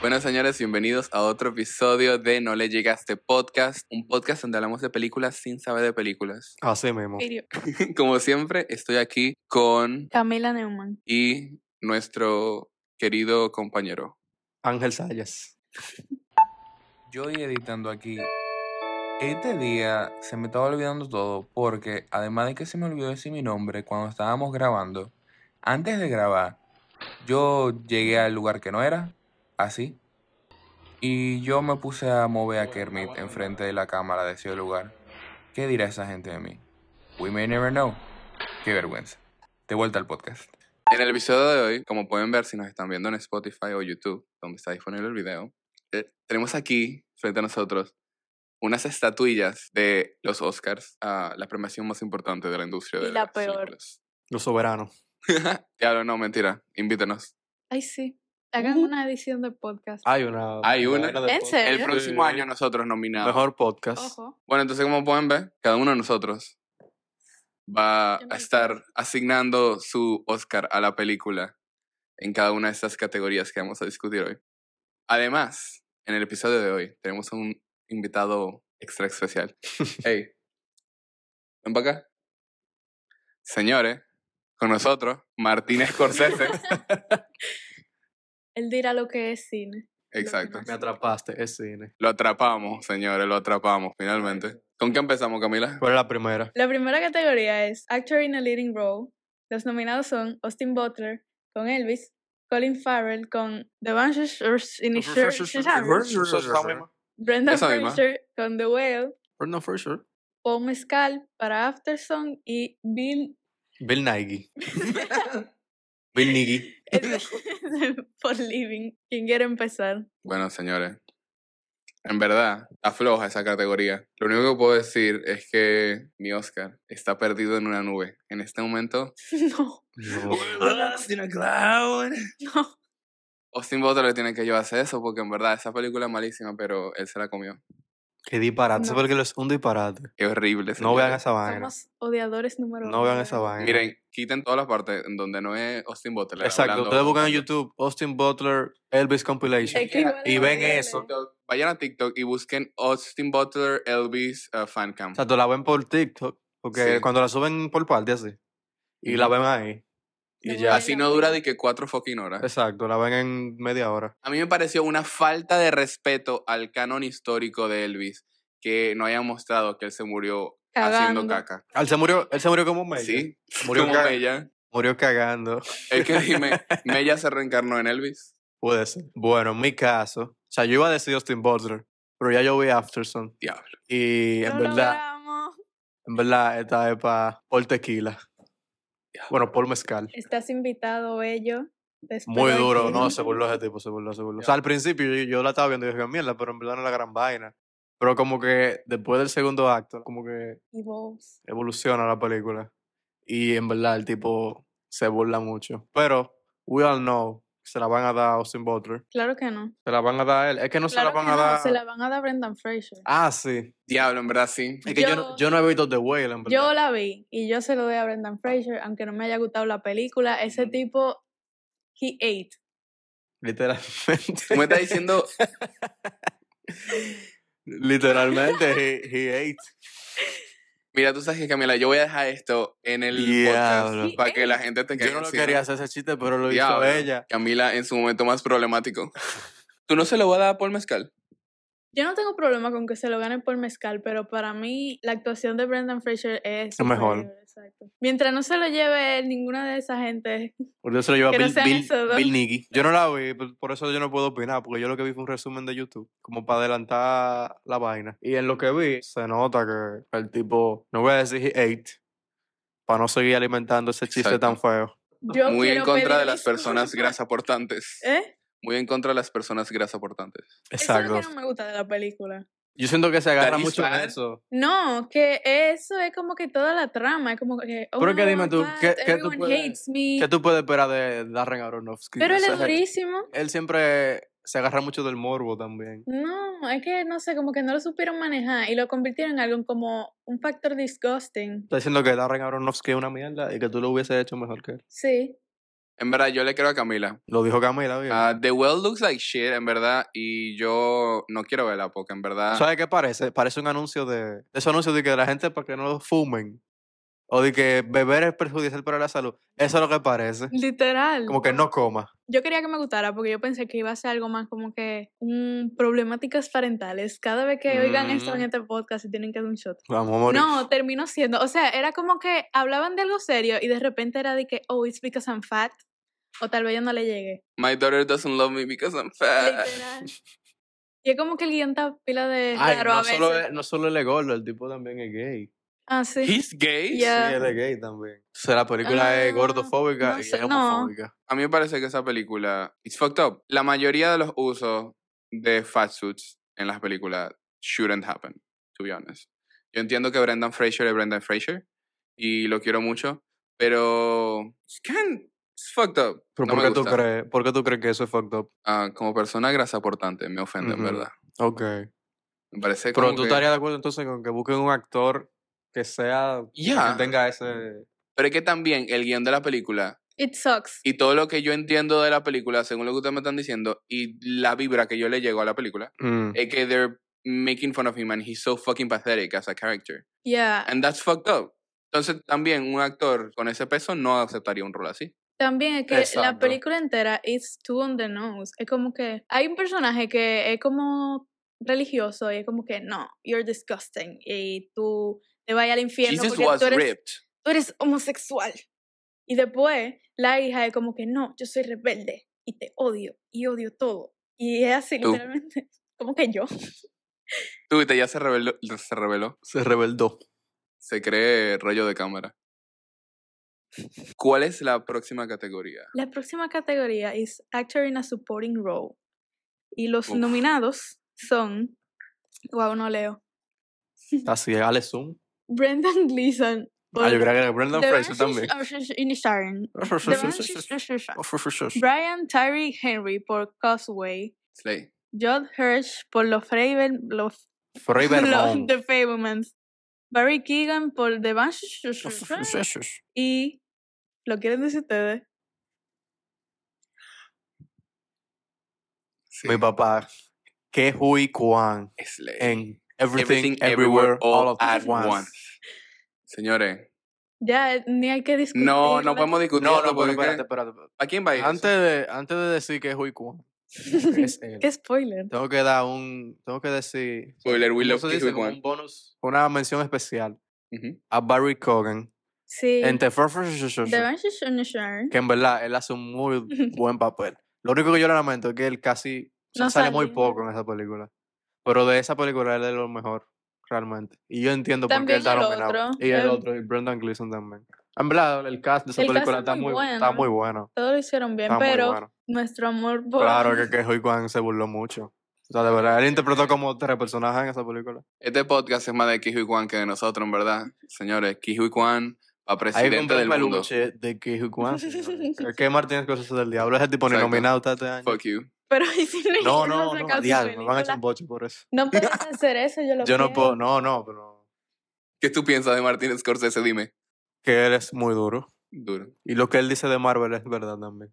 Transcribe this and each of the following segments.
Bueno, señores, bienvenidos a otro episodio de No le llegaste podcast, un podcast donde hablamos de películas sin saber de películas. Así mismo. Irio. Como siempre, estoy aquí con Camila Neumann. y nuestro querido compañero. Ángel Sayas. Yo y editando aquí. Este día se me estaba olvidando todo porque además de que se me olvidó decir mi nombre cuando estábamos grabando, antes de grabar, yo llegué al lugar que no era, así, y yo me puse a mover a Kermit enfrente de la cámara de ese lugar. ¿Qué dirá esa gente de mí? We may never know. Qué vergüenza. De vuelta al podcast. En el episodio de hoy, como pueden ver si nos están viendo en Spotify o YouTube, donde está disponible el video, eh, tenemos aquí frente a nosotros unas estatuillas de los Oscars, a la premiación más importante de la industria Y de la las peor. películas. Los soberanos. Diablo, no, mentira. Invítenos. Ay, sí. Hagan una edición de podcast. Hay una. Hay una. era de ¿En pod- serio? El próximo Sí. año nosotros nominados. Mejor podcast. Ojo. Bueno, entonces como pueden ver, cada uno de nosotros va Yo a no lo estar asignando su Oscar a la película en cada una de estas categorías que vamos a discutir hoy. Además, en el episodio de hoy tenemos un invitado extra especial. Hey, ven para acá. Señores, con nosotros, Martínez Scorsese. Él dirá lo que es cine. Exacto. Me atrapaste, es cine. Lo atrapamos, señores, lo atrapamos finalmente. ¿Con qué empezamos, Camila? ¿Cuál es la primera? La primera categoría es Actor in a Leading Role. Los nominados son Austin Butler con Elvis, Colin Farrell con The Banshees of Inisherin, Brendan Esa misma. Fraser con The Whale, No, for sure. Paul Mescal para Afterson y Bill Bill Nighy. Bill Nighy. for Living. ¿Quién quiere empezar? Bueno, señores, en verdad, afloja esa categoría. Lo único que puedo decir es que mi Oscar está perdido en una nube. En este momento, No, No. no. Austin Butler le tiene que llevarse eso, porque en verdad esa película es malísima, pero él se la comió. Qué disparate. No. ¿Sabes que es un disparate? Qué horrible. No señores. vean esa vaina. Somos odiadores número uno. No vean esa ¿verdad? vaina. Miren, quiten todas las partes en donde no es Austin Butler. Exacto. hablando- Ustedes buscan en YouTube Austin Butler Elvis Compilation. Eh, Escriban Y ven horrible. eso. Vayan a TikTok y busquen Austin Butler Elvis uh, Fan Cam. Exacto, la ven por TikTok. Porque Sí. cuando la suben por parte así. Y la Ujú. ven ahí. Y No ya. vean. Así no dura de que cuatro fucking horas. Exacto, la ven en media hora. A mí me pareció una falta de respeto al canon histórico de Elvis que no haya mostrado que él se murió haciendo Cagando. caca. Él se murió, él se murió como Mella. Sí, Pues Murió, como ca- Mella. murió cagando. Es que dime, Mella se reencarnó en Elvis. Puede ser. Bueno, en mi caso, o sea, yo iba a decir Austin Butler, pero ya yo vi Afterson. Diablo. Y en Lo verdad, logramos. en verdad, esta es para por tequila. Diablo. Bueno, por mezcal. Estás invitado, bello. Te espero Muy aquí. duro, no, se burló ese tipo, se burló, se burló. O sea, al principio yo, yo la estaba viendo y dije, mierda, pero en verdad no es la gran vaina. Pero como que después del segundo acto, como que Y vos. evoluciona la película. Y en verdad el tipo se burla mucho. Pero we all know que se la van a dar a Austin Butler. Claro que no. Se la van a dar a él. Es que no Claro se la van que a no, dar. Se la van a dar a Brendan Fraser. Ah, sí. Diablo, en verdad sí. Es que yo, no- Yo- yo no he visto The Whale, en verdad. Yo la vi y yo se lo doy a Brendan Fraser, aunque no me haya gustado la película. Ese Ujú. tipo, he ate. Literalmente. Tú me estás diciendo, Literalmente, he, he ate. mira, tú sabes que Camila, yo voy a dejar esto en el Diablo. podcast para que la gente te Yo no lo encima. quería hacer ese chiste, pero lo Diablo. hizo ella. Camila en su momento más problemático. ¿Tú no se lo vas a dar por mezcal? Yo no tengo problema con que se lo gane por mezcal, pero para mí la actuación de Brendan Fraser es. Es mejor. superior, exacto. Mientras no se lo lleve él, ninguna de esa gente. Por eso lo lleva Que no Bill, sean Bill- esos dos. Bill Nighy. Yo no la vi, por por eso yo no puedo opinar, porque yo lo que vi fue un resumen de YouTube, como para adelantar la vaina. Y en lo que vi, se nota que el tipo, no voy a decir he ate, para no seguir alimentando ese chiste tan feo. Yo Muy en quiero contra de pedir las personas disculpas. grasaportantes. ¿Eh? Muy en contra de las personas grasaportantes. Eso Exacto. es lo que no me gusta de la película. Yo siento que se agarra is mucho en bad. eso. No, que eso es como que toda la trama, es como que... Oh, Pero que dime my tú, ¿qué- God, qué tú everyone puedes- hates me. ¿Qué tú puedes esperar de Darren Aronofsky? Pero O él es sea, durísimo. Él siempre se agarra mucho del morbo también. No, es que no sé, como que no lo supieron manejar y lo convirtieron en algo como un factor disgusting. Está diciendo que Darren Aronofsky es una mierda y que tú lo hubieses hecho mejor que él. Sí. En verdad, yo le creo a Camila. Lo dijo Camila, bien. Ah, The Well looks like shit, en verdad, y yo no quiero verla porque en Ah. verdad... ¿Sabes qué parece? Parece un anuncio de. de Esos anuncios de que la gente para que no fumen. O de que beber es perjudicial para la salud. Eso es lo que parece. Mm. Literal. Como que no coma. Yo quería que me gustara porque yo pensé que iba a ser algo más como que un problemáticas parentales. Cada vez que oigan esto en este podcast se tienen que dar un shot. Vamos a Mm. morir. No, terminó siendo, o sea, era como que hablaban de algo serio y de repente era de que, oh, it's because I'm fat. O tal vez yo no le llegué. My daughter doesn't love me because I'm fat. Literal. Y es como que el guión está pila de Ay, raro a no, veces. solo es, no solo él es gordo, el tipo también es gay. Ah, sí. He's gay. Yeah. Sí, él es gay también. O sea, la película es Ah, gordofóbica no y sé, es no. homofóbica. A mí me parece que esa película, it's fucked up. La mayoría de los usos de fat suits en las películas shouldn't happen, to be honest. Yo entiendo que Brendan Fraser es Brendan Fraser y lo quiero mucho, pero it's, kind- it's fucked up. ¿Pero No por, me qué tú gusta. crees, por qué tú crees que eso es fucked up? Ah, como persona grasa portante, me ofende, en Ujú. verdad. Ok. Me parece Pero como tú que- estarías de acuerdo entonces con que busquen un actor que sea. Yeah. Que tenga ese. Pero es que también el guión de la película It sucks. y todo lo que yo entiendo de la película, según lo que ustedes me están diciendo, y la vibra que yo le llego a la película, Mm. es que they're making fun of him and he's so fucking pathetic as a character. Yeah. And that's fucked up. Entonces también un actor con ese peso no aceptaría un rol así. También es que la Exacto. película entera es too on the nose. Es como que hay un personaje que es como religioso y es como que no, you're disgusting y tú te vayas al infierno Jesus porque was tú eres, ripped. tú eres homosexual. Y después la hija es como que no, yo soy rebelde y te odio y odio todo. Y es así Tú. literalmente. Como que yo. Tú viste, ya se reveló, se reveló. Se rebeldó. Se cree rollo de cámara. ¿Cuál es la próxima categoría? La próxima categoría es Actor in a Supporting Role. Y los Uf. nominados son. Wow, no leo. Así es, Alex Zoom. Brendan Gleeson. Ah, yo creo que Brendan The Fraser también. Banshees of Inisherin. The Banshees of Inisherin. Brian Tyree Henry por Causeway. Slay. Judd Hirsch por Los Freiben, Los Frey Vermont. The Fablemans. Barry Keegan por The Banshees of Inisherin. Y lo quieren decir ustedes. Mi papá. Que Hui Kwan. Slay. En Everything, Everywhere, All at Once. Señores, Ya eh, ni hay que discutir. no, no podemos discutir No, esto no, pero porque- espérate, espérate. espérate. ¿A quién va a ir? Antes de, antes de decir que es Hui Kwan, es él. Qué spoiler. Tengo que dar un. Tengo que decir. Spoiler, we ¿cómo love se Kiss dice? with Como One. Un bonus. Una mención especial Ujú. a Barry Cogan. Sí. En The Fur- The Banshees of Inisherin. Que en verdad él hace un muy buen papel. Lo único que yo le lamento es que él casi. o sea, No sale muy salía. poco en esa película. Pero de esa película él es lo mejor, realmente. Y yo entiendo por qué También él está el nominado. otro, Y el el- otro, y Brendan Gleeson también. En verdad, el cast de esa El cast película es está muy muy, bueno. está muy bueno. Todo lo hicieron bien, Está muy pero bueno. nuestro amor por. Claro que, que Hoi Kwan se burló mucho. O sea, de verdad, él interpretó como tres personajes en esa película. Este podcast es más de Kihui Kwan que de nosotros, en verdad. Señores, Kihui Kwan va Ahí presidente compré del el mundo. peluche de que Hoi Kwan. señores. El que Martínez Cosas del Diablo, ese tipo ni Exacto. nominado está este año. Fuck you. Pero y si No, no, hicieron no, sacar no, su diablo, me van a echar película. un boche por eso. No puedes hacer eso, yo lo Yo no quiero. puedo, no, no, pero ¿Qué tú piensas de Martin Scorsese? Dime. que él es muy duro. Duro. Y lo que él dice de Marvel es verdad también.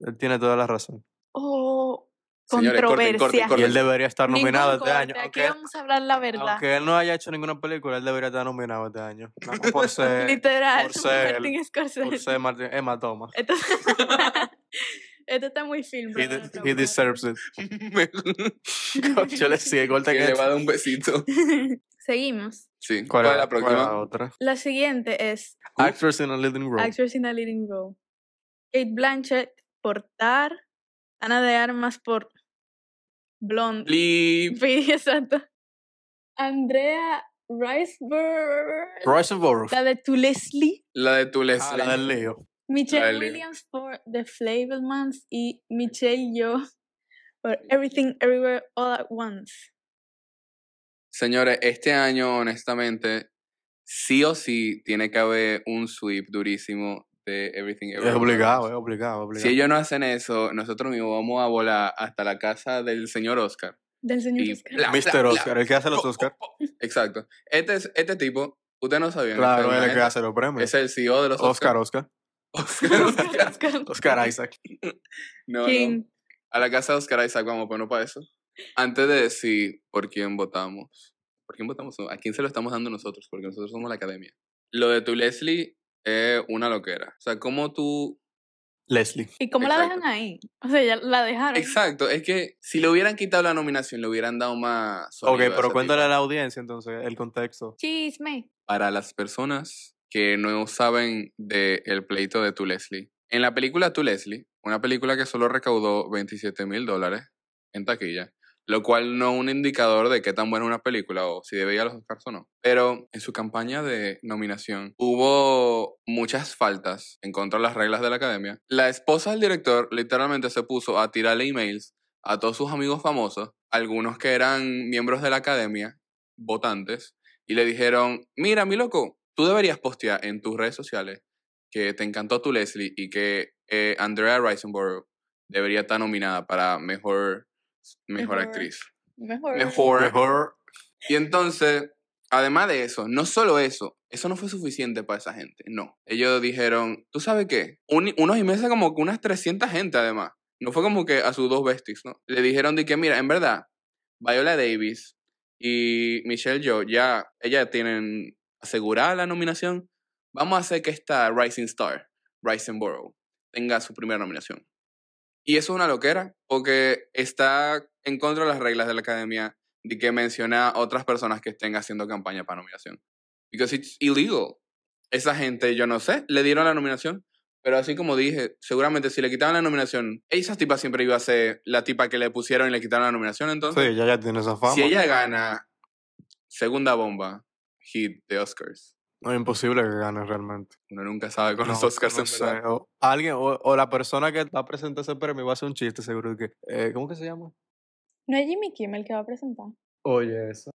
Él tiene toda la razón. Oh, Señores, corten, corten, Controversia. Y corten. él debería estar ningún nominado este corte, año. Aquí Aunque, vamos a hablar la verdad. aunque él no haya hecho ninguna película, él debería estar nominado este año. Nada más Por ser, Literal, por ser- Martin Scorsese. por ser Martin, Emma Thomas. Esto, Esto está muy film. He, brother, de- no he puedo. deserves it. Yo le sigue corta que que le va a dar un besito. Seguimos. Sí. ¿Cuál, es la próxima? otra? La siguiente es Actors in a Leading Role. Actress in a Leading Role. Kate Blanchett por Tar. Ana de Armas por Blonde. Flip. Sí, exacto. Andrea Riceberg. Rosenborough. La de To Leslie. La de tu Ah, Leslie. la del lío. Michelle Dale. Williams por The Flavelmans y Michelle Yo por Everything Everywhere All at Once. Señores, este año, honestamente, sí o sí tiene que haber un sweep durísimo de Everything Es Everywhere. obligado, es obligado, es obligado. Si ellos no hacen eso, nosotros mismos vamos a volar hasta la casa del señor Oscar. Del señor Y Oscar. la- Oh, Mr. Oscar, el que hace los po, Oscar. Exacto. Este, es- este tipo, ustedes no sabían. Claro, este él es el que maestro, hace los premios. Es el CEO de los Oscar, Oscar. Oscar. Oscar, Oscar, Oscar. Oscar Isaac. No, no. King. A la casa de Oscar Isaac vamos, pero no para eso. Antes de decir por quién votamos, ¿por quién votamos? ¿A quién se lo estamos dando nosotros? Porque nosotros somos la academia. Lo de tu Leslie es una loquera. O sea, ¿cómo tú Leslie. ¿Y cómo la Exacto. dejan ahí? O sea, ya la dejaron. Exacto, es que si le hubieran quitado la nominación, le hubieran dado más. sonido ok, a pero esa cuéntale tipa. a la audiencia entonces el contexto. Chisme. Para las personas que no saben del pleito de Tu Leslie. En la película Tu Leslie, una película que solo recaudó 27 mil dólares en taquilla, lo cual no es un indicador de qué tan buena es una película o si debe ir a los Oscars o no. Pero en su campaña de nominación hubo muchas faltas en contra de las reglas de la academia. La esposa del director literalmente se puso a tirarle emails a todos sus amigos famosos, algunos que eran miembros de la academia, votantes, y le dijeron, mira, mi loco, tú deberías postear en tus redes sociales que te encantó tu Leslie y que eh, Andrea Risenborough debería estar nominada para mejor, mejor, Mejor. actriz. Mejor. Mejor. Y entonces, además de eso, no solo eso, eso no fue suficiente para esa gente, no. Ellos dijeron, ¿tú sabes qué? Un- unos inmensos como que unas 300 gente además. No fue como que a sus dos besties, ¿no? Le dijeron de que, mira, en verdad, Viola Davis y Michelle Yeoh ya, ellas tienen asegurada la nominación. Vamos a hacer que esta Rising Star, Rising Borough, tenga su primera nominación. Y eso es una loquera, porque está en contra de las reglas de la academia de que menciona a otras personas que estén haciendo campaña para nominación. Because it's illegal. Esa gente, yo no sé, le dieron la nominación, pero así como dije, seguramente si le quitaban la nominación, esa tipa siempre iba a ser la tipa que le pusieron y le quitaron la nominación, entonces. Sí, ella ya tiene esa fama. Si ella gana segunda bomba, hit de Oscars. No es imposible que gane realmente. Uno nunca sabe con No, los Oscars no en sé, verdad. o alguien, o, o la persona que va a presentar ese premio va a hacer un chiste seguro de que. eh, ¿Cómo que se llama? No es Jimmy Kimmel que va a presentar. Oye, eso.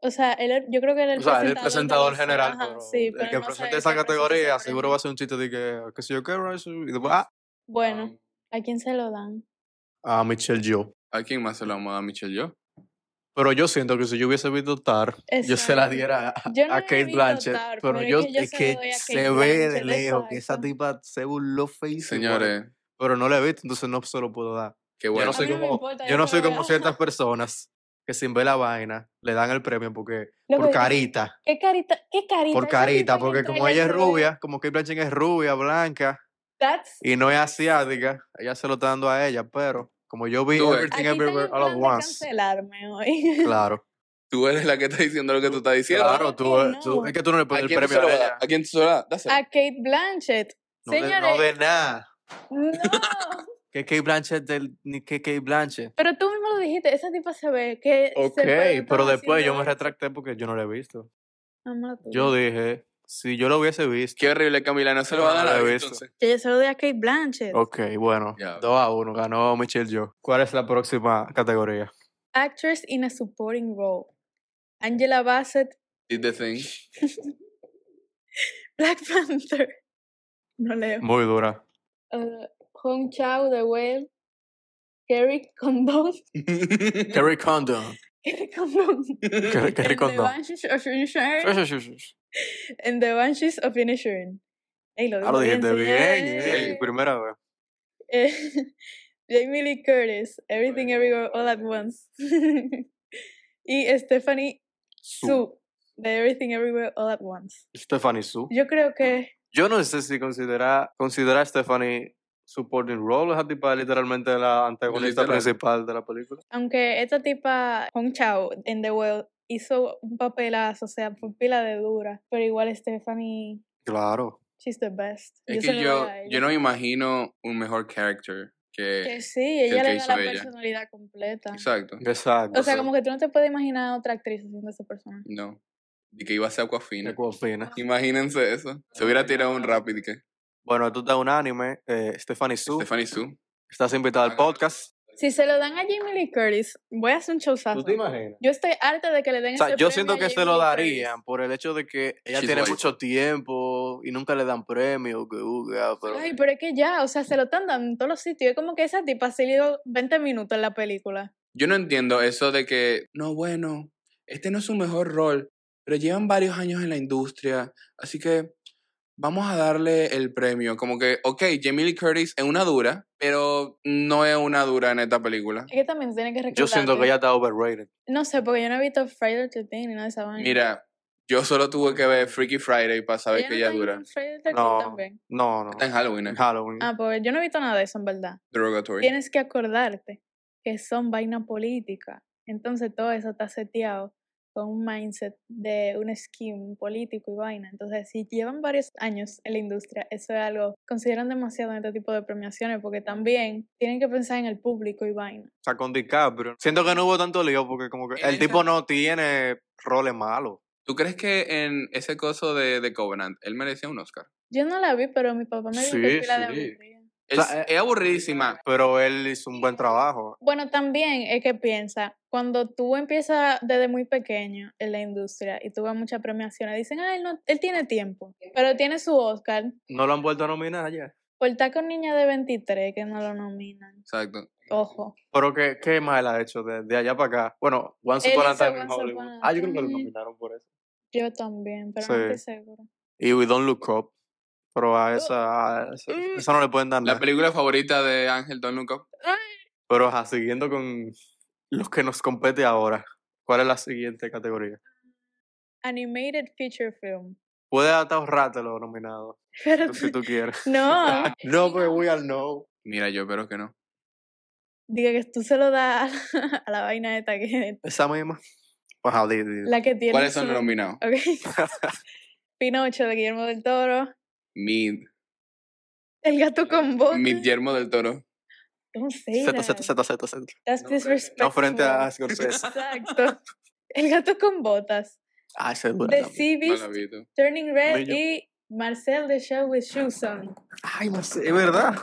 O sea, él, es- yo creo que él es O sea, el de presentador los- general. Ajá, pero sí, pero el que no sé presente qué esa presenta categoría ese seguro premio. va a ser un chiste de que, que si yo qué, Rice, y después, ah, Bueno, ¿a quién se lo dan? a Michelle yo. ¿A quién más se lo vamos a dar, Michelle? Yo. Pero yo siento que si yo hubiese visto Tar, yo se la Exacto. diera a, Yo no a la he Kate visto Blanchett. Tar, pero pero es yo que yo es se que lo doy a se Kate ve de Blanchett, lejos que esa exacto. tipa se burló feísimo. Señores, Pero no la he visto, entonces no se lo puedo dar. qué bueno. Yo no A soy mí no me como, importa, yo yo no se soy lo doy como a- ciertas personas que sin ver la vaina le dan el premio porque Loco, por yo- carita. ¿Qué carita? ¿Qué carita? Por Esa carita, tipa que porque entra como y ella es se ve- rubia, como Kate Blanchett es rubia, blanca That's- y no es asiática, ella se lo está dando a ella, pero como yo vi Tú ves. Everything Aquí están Everywhere en All at plan de Once, cancelarme hoy. claro, Tú eres la que está diciendo lo que tú estás diciendo. claro, tú, que eh, tú- oh, no. es que tú no le ¿A pones el quién tú se lo premio a vas a ella. dar? ¿A quién tú se lo das? Dáselo. A Kate Blanchett. No de, no Señores. de nada. No, Que Kate Blanchett del, ni que Kate Blanchett. pero tú mismo lo dijiste, esa tipa se ve que se Ok, puede pero estar después yo me haciendo- retracté porque yo no la he visto. Ah, mala tuya. Yo dije, si yo lo hubiese visto. Qué horrible, Camila. No se lo va a No dar lo a he nadie, visto. entonces. Que yo se lo doy a Kate Blanchett. Ok, bueno, Ya. 2 a 1, ganó Michelle Yo. ¿Cuál es la próxima categoría? Actress in a supporting role. Angela Bassett, Did the thing. Black Panther. No leo. Muy dura. Uh, Hong Chao, The Whale. Kerry Condon. Mm. Kerry Condon. Kerry Condon. Kerry Kerry And The Condon. Banshees of Inisherin. And The Banshees of Inisherin. Ey, lo Ah, lo dije bien, dijiste bien. señores. bien, Primera vez. Eh, Jamie Lee Curtis, Everything Everywhere All at Once. y Stephanie Su, de Everything Everywhere All at Once. Stephanie Su. Yo creo que Yo no sé si considera, considera a Stephanie supporting role, esa tipa es literalmente la antagonista Literal. principal de la película. Aunque esta tipa, Hong Chao, en The Well, hizo un papelazo, o sea, fue pila de dura. Pero igual Stephanie, Claro. she's the best. Es se que lo yo, doy a ella. yo no me imagino un mejor character que... Que sí, ella el que le da hizo la ella. personalidad completa. Exacto. Exacto. O sea, Exacto. como que tú no te puedes imaginar a otra actriz haciendo esa persona. No. De que iba a ser Aquafina. ¿Qué tú opinas? Imagínense eso. Se hubiera tirado un rapid que... Bueno, tú estás unánime. Eh, Stephanie Su, Stephanie Su. estás invitada al podcast. Si se lo dan a Jamie Lee Curtis, voy a hacer un showzazo. imaginas? Yo estoy harta de que le den O sea, ese yo premio siento a que se Jamie lo Lee darían Curtis. por el hecho de que ella She's tiene white. mucho tiempo y nunca le dan premio. Que, uh, que, ah, pero Ay, pero es que ya, o sea, se lo están dando en todos los sitios. Es como que esa tipa ha salido 20 minutos en la película. Yo no entiendo eso de que... No, bueno, este no es su mejor rol, pero llevan varios años en la industria, así que... vamos a darle el premio. Como que, ok, Jamie Lee Curtis es una dura, pero no es una dura en esta película. Es que también tiene que recordar. Yo siento que ella está overrated. No sé, porque yo no he visto Friday the 13 ni nada de esa vaina. Mira, yo solo tuve que ver Freaky Friday para saber que no ella está en dura. Friday the 13 No. también. No, no. Está en Halloween, eh. En Halloween. Ah, pues yo no he visto nada de eso, en verdad. Derogatory. Tienes que acordarte que son vaina política. Entonces todo eso está seteado con un mindset de un scheme político y vaina. Entonces, si llevan varios años en la industria, eso es algo consideran demasiado en este tipo de premiaciones porque también tienen que pensar en el público y vaina. O sea, con DiCaprio. Siento que no hubo tanto lío porque como que En el esa- tipo no tiene roles malos. ¿Tú crees que en ese coso de, de Covenant, él merecía un Oscar? Yo no la vi, pero mi papá me dijo Sí, que sí la sí. devolvía. Es, O sea, eh, es aburridísima. Pero él hizo un buen trabajo. Bueno, también es que piensa, cuando tú empiezas desde muy pequeño en la industria y tú vas a muchas premiaciones, dicen, ah, él, no, él tiene tiempo, pero tiene su Oscar, No lo han vuelto a nominar ya. Por estar con niña de 23 que no lo nominan. Exacto. Ojo. Pero ¿qué, qué más él ha hecho de, de allá para acá? Bueno, Once Él Upon a hizo Time in Once Hollywood. Upon a Ah, yo creo que lo Time. nominaron por eso. Yo también, pero no Sí. estoy segura. Y We Don't Look Up. Pero a esa, a esa, esa no le pueden dar La nada. película favorita de Ángel Don Lucas. Pero ajá, siguiendo con los que nos compete ahora. ¿Cuál es la siguiente categoría? Animated Feature Film. Puedes hasta ahorrarte los nominados, Pero si tú quieres. no. No, pero we all know. Mira, yo espero que no. Diga que tú se lo das a la, a la vaina esta que Esa misma. Pues, Ajá, di, di. la que tiene. ¿Cuáles son su- los nominados? Ok. Pinocho de Guillermo del Toro. Mid. El gato con botas. Mid Guillermo del Toro. Don't say Z, that. Z, Z, Z, Z. That's No, disrespectful. No, frente a Scorsese. Exacto. El gato con botas. Ah, ese es dura The también. Sea No la Beast, he visto. Turning Red Bello. y Marcel the Shell with Shoes On. Ay, no sé, es verdad.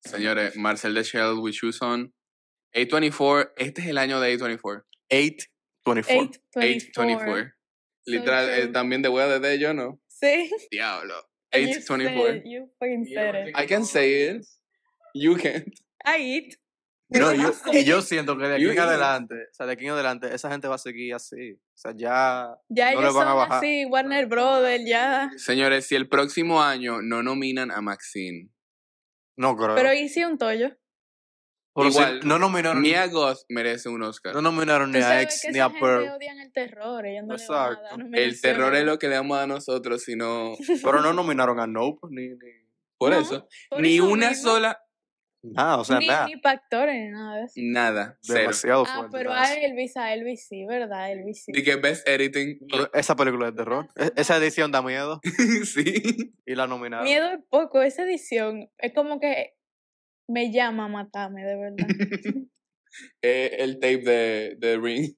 Señores, Marcel de Shell, We Shoes On. A24, este es el año de A24. 824. 824. 824. Literal, eh, true. también de wea de yo, ¿no? Sí. Diablo. And you said 824. it, You fucking said it. Ah, I can say it. You can't. I eat. No, Pero yo, no y yo siento que de aquí You en idiot. adelante, o sea, de aquí en adelante, esa gente va a seguir así. O sea, ya. Ya No le ellos van a son bajar. así, Warner Brothers, ya. Señores, si el próximo año no nominan a Maxine, No creo. Pero hice un tollo. Pero sí, igual, no nominaron, Mia Goth merece un Oscar. no nominaron ni Tú a sabes X que ni esa a gente Pearl. odian el terror, ellos no le van a Exacto. dar El terror nominaciones. es lo que le damos a nosotros, sino Pero no nominaron a Nope ni. ni por No, eso. Por Ni eso una mismo, sola, nada, o sea, ni, nada. ni pa' actores, ni nada de eso. nada, cero. Demasiado Ah, fuerte. pero nada. a Elvis, a Elvis sí, ¿verdad? Elvis sí. Y que Best Editing, Pero esa película es de terror. E- Esa edición da miedo. sí. Y la nominaron. Miedo es poco, esa edición es como que me llama a matarme, de verdad. Eh, el tape de, de Ring.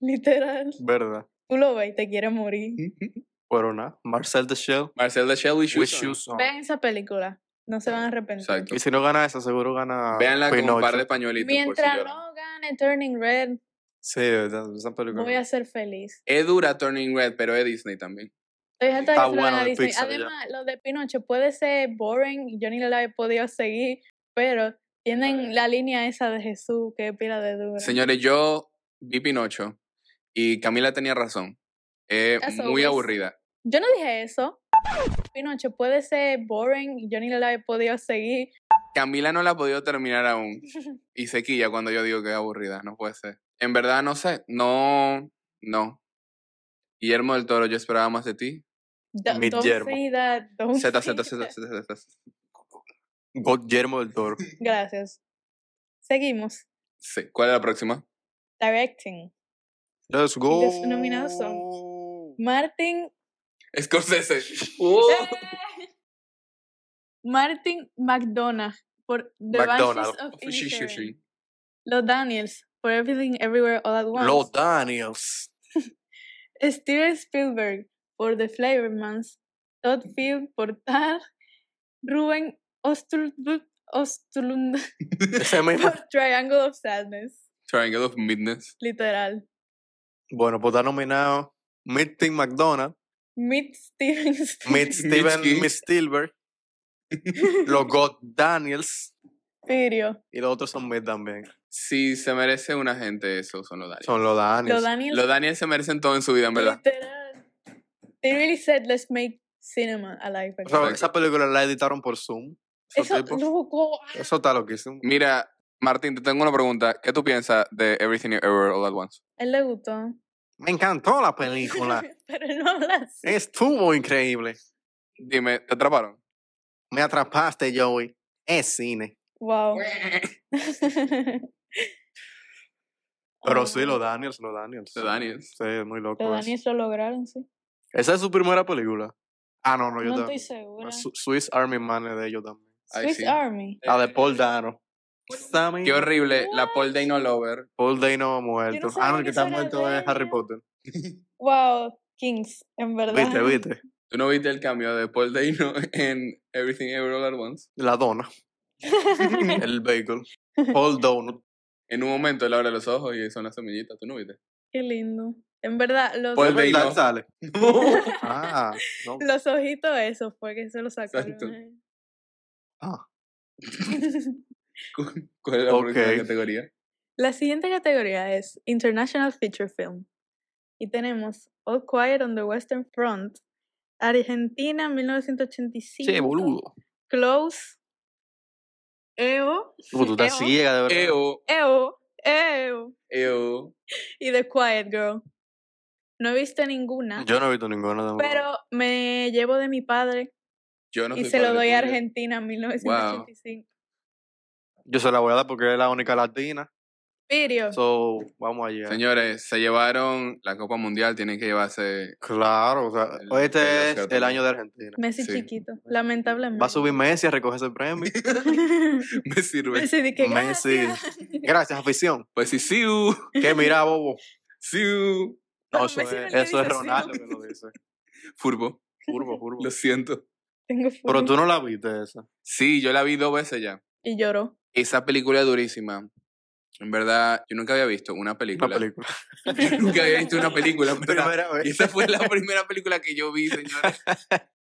Literal. Verdad. Tú lo ves y te quieres morir. Pero nada. Marcel the Shell. Marcel de Shell, We Shoes With On. shoes on. Vean esa película, no se van a arrepentir. Exacto. Y si no gana esa, seguro gana. Véanla con un par Pinocho. de pañuelitos. por si Mientras lloran. no gane Turning Red, Sí, verdad, esa película. voy a ser feliz. Es dura Turning Red, pero es Disney también. Estoy harta de Está que se lo den bueno a de Disney. Pixar ya. Además, lo de Pinocho puede ser boring, yo ni la he podido seguir, pero tienen la línea esa de Jesús, que es pila de dura. Señores, yo vi Pinocho y Camila tenía razón. Es As muy always. aburrida. Yo no dije eso. Pinocho puede ser boring, yo ni la he podido seguir. Camila no la ha podido terminar aún. Y se quilla cuando yo digo que es aburrida. No puede ser. En verdad, no sé. No, no. Guillermo del Toro, yo esperaba más de ti. Don't, Mi don't yermo. say that, don't Z, say Z, Z, that. Z, Z, Z. Guillermo del Toro. Gracias. Seguimos. Sí. ¿Cuál es la próxima? Directing. Let's go. los nominados son- Martin Scorsese. ¡Oh! Eh. Martin McDonagh por The McDonald. Banshees of Sí, sí, sí, Inisherin. sí. Los Daniels por Everything Everywhere All at Once. Los Daniels. Steven Spielberg por The Flavormans. Todd Field por Tar. Ruben Ostrud- Ostrund Ese mismo. por Triangle of Sadness. Triangle of Midness. Literal. Bueno, pues está nominado Meeting McDonald, Meet Steven Meet Steven Mitski. Miss Spielberg, los God Daniels Spielberg. y los otros son Meet también. Si se merece una gente, eso son los Daniels. Son los Daniels. Los Daniels. Los Daniels se merecen todo en su vida, en verdad. Literal. They really said, let's make cinema alive. O sea, again". esa película la editaron por Zoom. Esos Eso, tipos- loco. eso está loquísimo. Mira, Martín, te tengo una pregunta. ¿Qué tú piensas de Everything Ever All At Once? A él le gustó. Me encantó la película. Pero él no habla así. Estuvo increíble. Dime, ¿te atraparon? Me atrapaste, Joey. Es cine. Wow. Pero Oh. sí, pues. los Daniels, los Daniels. Los Daniels. Sí, es muy loco. Los eso. Daniels lo lograron, sí. Esa es su primera película. Ah, no, no, yo No estoy también. segura. Eh, Su- Swiss Army Man es de ellos también. Ay, Swiss sí. Army. La de Paul Dano. Sammy, Qué horrible. La Paul Dano Lover. Paul Dano muerto. sabía ah, no, el que que está eso era muerto de es Harry ella. Potter. Wow, Kings, en verdad. Viste, viste. ¿Tú no viste el cambio de Paul Dano en Everything Ever All At Once? La dona. el bagel. Paul Donut. En un momento él abre los ojos y son las semillitas. ¿Tú no viste? Qué lindo. En verdad, los, Pues- El ¿Verdad? bagel. sale. Ah, no. los ojitos esos fue que se los sacaron. eh. Exacto. ahí. Ah. ¿Cu- ¿Cuál es la Ok. próxima categoría? La siguiente categoría es International Feature Film. Y tenemos All Quiet on the Western Front, Argentina 1985. Che, boludo. Close. EO. Tú estás Eo. ciega, de verdad. Eo, EO. EO. eo. Y The Quiet Girl. No he visto ninguna, Yo no he visto ninguna de pero me llevo de mi padre Yo no y soy se lo padre doy a tuyo. Argentina en 1985. Yo se la voy a dar porque es la única latina. Pirio. So, vamos allá. Señores, se llevaron la Copa Mundial, tienen que llevarse. Claro, o sea, El- el este es Oscar el año de Argentina. Messi sí. chiquito, lamentablemente. Va a subir Messi a recoger ese premio. Me sirve. Messi, di que Messi. gracias. Gracias, afición. Pues sí, siu, Que mira, bobo. siu. No, No, eso, Messi no es, eso le es dice así. Ronaldo que lo dice. Furbo, Curvo, curvo. lo siento. Tengo Pero fobia. tú no la viste esa. Sí, yo la vi dos veces ya. Y lloró. Esa película es durísima. En verdad, yo nunca había visto una película. Una película. Yo nunca había visto una película, en ¿verdad? Primera Y vez. esa fue la primera película que yo vi, señores.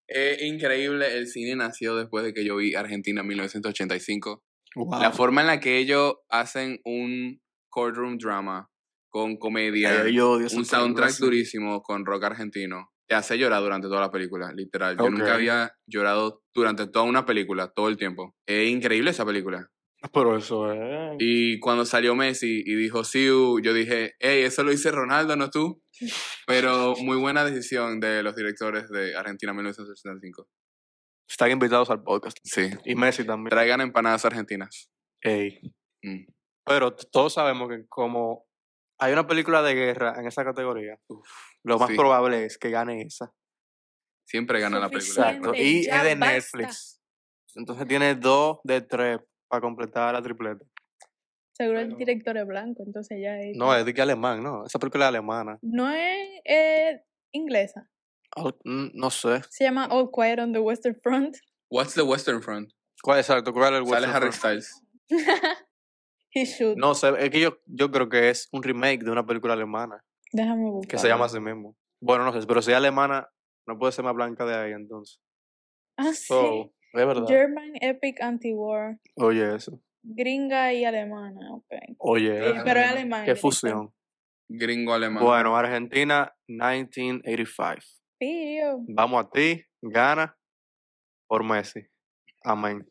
Es increíble, el cine nació después de que yo vi Argentina 1985. Wow. La forma en la que ellos hacen un courtroom drama con comedia, Ay, yo odio esa un película, soundtrack sí. durísimo con rock argentino, te hace llorar durante toda la película, literal. Yo Ok. nunca había llorado durante toda una película, todo el tiempo. Es increíble esa película. Pero eso es. Y cuando salió Messi y dijo Siu, yo dije, hey, eso lo hice Ronaldo, no tú. Pero muy buena decisión de los directores de Argentina 1965. Están invitados al podcast. Sí. Y Messi también. Traigan empanadas argentinas. Ey. Mm. Pero t- todos sabemos que como hay una película de guerra en esa categoría, lo más sí. probable es que gane esa. Siempre gana la película. Suficiente. Exacto. Y ya es de basta. Netflix. Entonces tiene dos de tres para completar la tripleta. Seguro el Pero- director es blanco, entonces ya es. No, es de que alemán, ¿no? Esa película es alemana. No es eh, inglesa. Al- mm, No sé. Se llama All Quiet on the Western Front. What's the Western Front? ¿Cuál exacto? ¿Cuál es el Sale Western Harry Front? Styles. He should. No sé, es que yo, yo creo que es un remake de una película alemana Déjame buscar. que se llama así mismo. Bueno, no sé, pero si es alemana, no puede ser más blanca de ahí entonces. Ah, sí. So, es Oh, verdad. German Epic Anti-War. Oye, eso. Gringa y alemana, ok. Oye, Eh, eso. pero es alemán. qué director. fusión. Gringo alemán. Bueno, Argentina, 1985. Pirio. Vamos a ti, gana por Messi. Amén.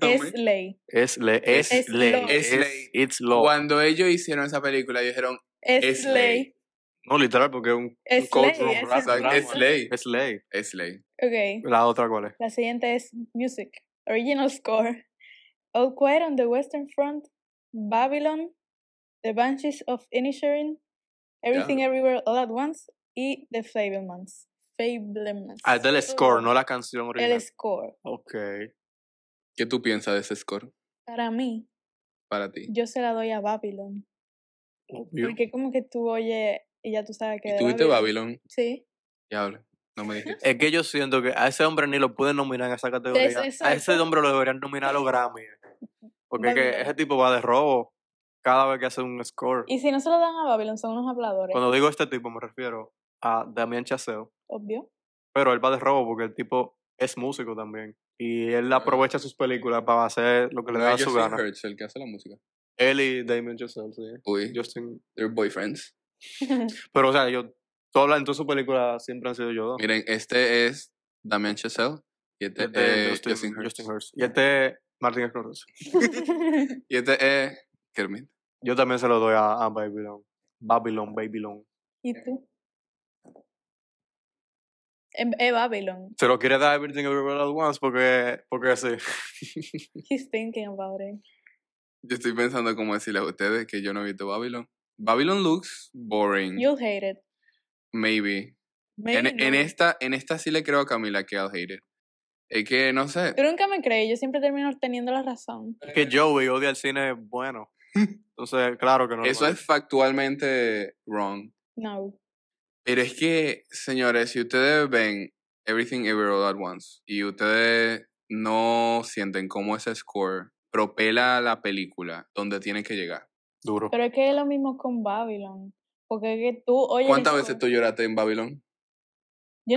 Es ley. Es ley. Es, Es ley. law. Es es- ley. It's law. Cuando ellos hicieron esa película, ellos dijeron, Es Es ley. ley. No, literal, porque es un, Es un ley. cultural es rap, el- drama. es ley. Es ley. Es ley. Ok. La otra, ¿cuál es? La siguiente es Music. Original score. All Quiet on the Western Front. Babylon. The Banshees of Inisherin. Everything Everywhere All at Once. Y The Fablemans. Fablemans. Ah, es del score, no la canción original. El score. Ok. ¿Qué tú piensas de ese score Para mí, para ti? yo se la doy a Babylon. Obvio. Porque como que tú oyes y ya tú sabes que. ¿Y de tú viste Babylon? Sí. Diablo, no me dijiste. Es que yo siento que a ese hombre ni lo pueden nominar en esa categoría. a ese exacto. hombre lo deberían nominar a los Grammy. Porque es que Babylon. ese tipo va de robo cada vez que hace un score. Y si no se lo dan a Babylon, son unos habladores. Cuando digo este tipo, me refiero a Damián Chaseo. Obvio. Pero él va de robo porque el tipo es músico también. Y él aprovecha sus películas para hacer lo que le No, da es su Justin gana. Hurst, el que hace la música. Él y Damien Chazelle, sí. Uy, Justin. they're boyfriends. Pero, o sea, yo Todas las en todas sus películas siempre han sido yo dos. Miren, este es Damien Chazelle y este, Este es Justin, Justin, Justin, Hurst. Hurst. Y este Martin Scorsese. Y este es Kermit. Yo también se lo doy a, a Babylon. Babylon, Babylon. ¿Y tú? Eh, eh, Babylon. Se lo quiere dar a Everything Everywhere at Once porque, porque sí. He's thinking about it. Yo estoy pensando cómo decirles a ustedes que yo no he visto Babylon. Babylon looks boring. You'll hate it. maybe. En, Maybe Mm. en no. esta, en esta sí le creo a Camila que I'll hate it. Es que no sé. Tú nunca me crees, yo siempre termino teniendo la razón. Es que Joey odia el cine bueno. Entonces, claro que no. Eso es factualmente wrong. No. Pero es que, señores, si ustedes ven Everything Everywhere All at Once y ustedes no sienten cómo ese score propela la película donde tiene que llegar. duro. Pero es que es lo mismo con Babylon. Porque es que tú, oye. ¿Cuántas veces tú lloraste en Babylon?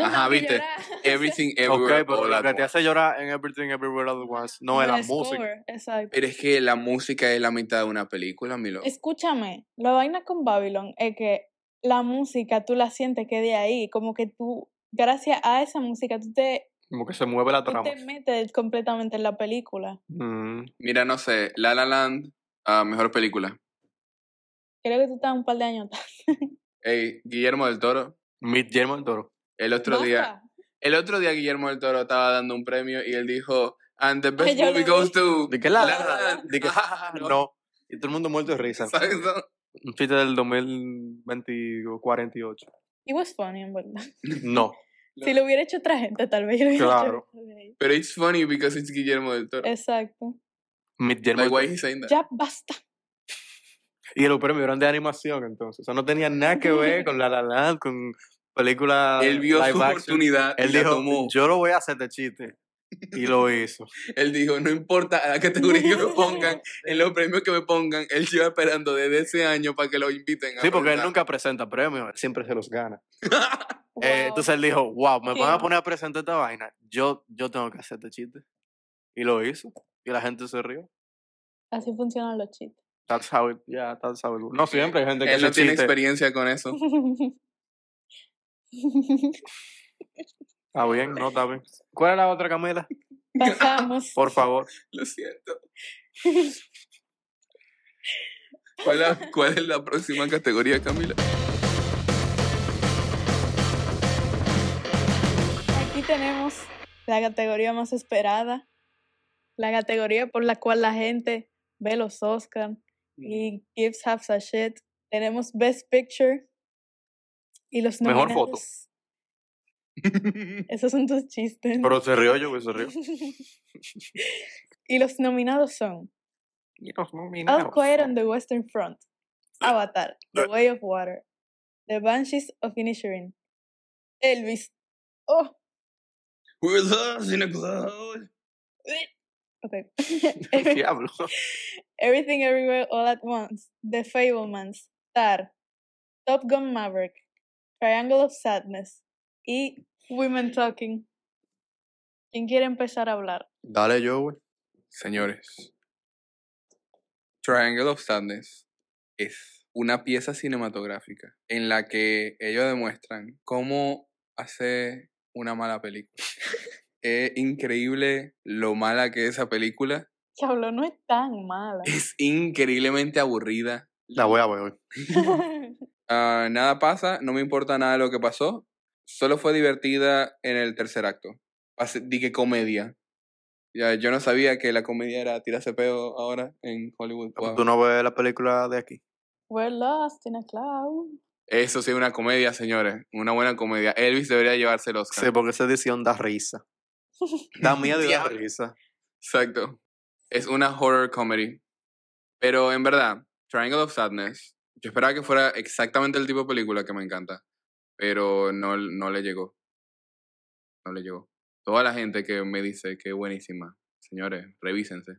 Ajá, viste. Everything Everywhere ok, pero All lo at que te Once. hace llorar en Everything Everywhere at Once no es es la música. Exacto. Pero es que la música es la mitad de una película, Milo. Escúchame, la vaina con Babylon es que la música tú la sientes que de ahí, como que tú, gracias a esa música, tú te, Como que se mueve la tú trama. te metes completamente en la película. Mm. Mira, no sé, La La Land, ah, mejor película. Creo que tú estás un par de años atrás. Ey, Guillermo del Toro, Meet Guillermo del Toro. el otro día, Basta. el otro día Guillermo del Toro estaba dando un premio y él dijo, and the best yo lo movie goes vi. to ¿De qué la, La La Land. De que, Ah, ah, ah, no. Y todo el mundo muerto de risa. Exacto. Un chiste del 2048. It was funny, en verdad. No. Si lo hubiera hecho otra gente, tal vez yo lo hubiera Claro. hecho mejor. Pero it's funny because it's Guillermo del Toro. Exacto. Meet Eh, Guillermo Like del why Toro. he's saying that. Ya basta. Y los premios eran de animación entonces. O sea, no tenía nada que ver con La La Land, con películas Él vio su live action. oportunidad Él y la dijo, tomó. yo lo voy a hacer de chiste. Y lo hizo. Él dijo, no importa la categoría que me pongan, eh, en los premios que me pongan, él lleva esperando desde ese año para que lo inviten. a Sí, porque él presentar. nunca presenta premios, él siempre se los gana. Eh, Wow. entonces él dijo, wow, me van Sí. a poner a presentar esta vaina. Yo, yo tengo que hacer este chiste. Y lo hizo. Y la gente se rió. Así funcionan los chistes. That's how it, yeah, that's how it works. No siempre hay gente que Él no hace tiene chiste. experiencia con eso. Está bien, no está bien. ¿Cuál es la otra, Camila? Pasamos. Por favor. Lo siento. ¿Cuál, la- cuál es la próxima categoría, Camila? Aquí tenemos la categoría más esperada, la categoría por la cual la gente ve los Oscars y gives half a shit. Tenemos Best Picture y los Mejor foto. nominados. Esos son tus chistes. Pero se rió yo, güey, se rió. y los nominados son Y nos nominamos. All Quiet on the Western Front, Avatar, The Way of Water, The Banshees of Inisherin, Elvis. Oh, We're lost in a cloud. okay. Diablo. Everything Everywhere All at Once, The Fablemans, Tar, Top Gun Maverick, Triangle of Sadness y Women Talking. ¿Quién quiere empezar a hablar? Dale yo, güey. Señores, Triangle of Sadness es una pieza cinematográfica en la que ellos demuestran cómo hacer una mala película. es increíble lo mala que es esa película. Diablo, no es tan mala. Es increíblemente aburrida. La voy a ver hoy. Ah, nada pasa, no me importa nada de lo que pasó. Solo fue divertida en el tercer acto. Pase- Di que comedia. Ya, yo no sabía que la comedia era tirarse peo ahora en Hollywood. Wow. Tú no ves la película de aquí. We're lost in a cloud. Eso sí, una comedia, señores. Una buena comedia. Elvis debería llevarse el Oscar. Sí, porque esa edición da risa. Da miedo y da Diablo. risa. Exacto. Es una horror comedy. Pero en verdad, Triangle of Sadness, yo esperaba que fuera exactamente el tipo de película que me encanta. Pero no, no le llegó. No le llegó. Toda la gente que me dice que es buenísima. Señores, revísense.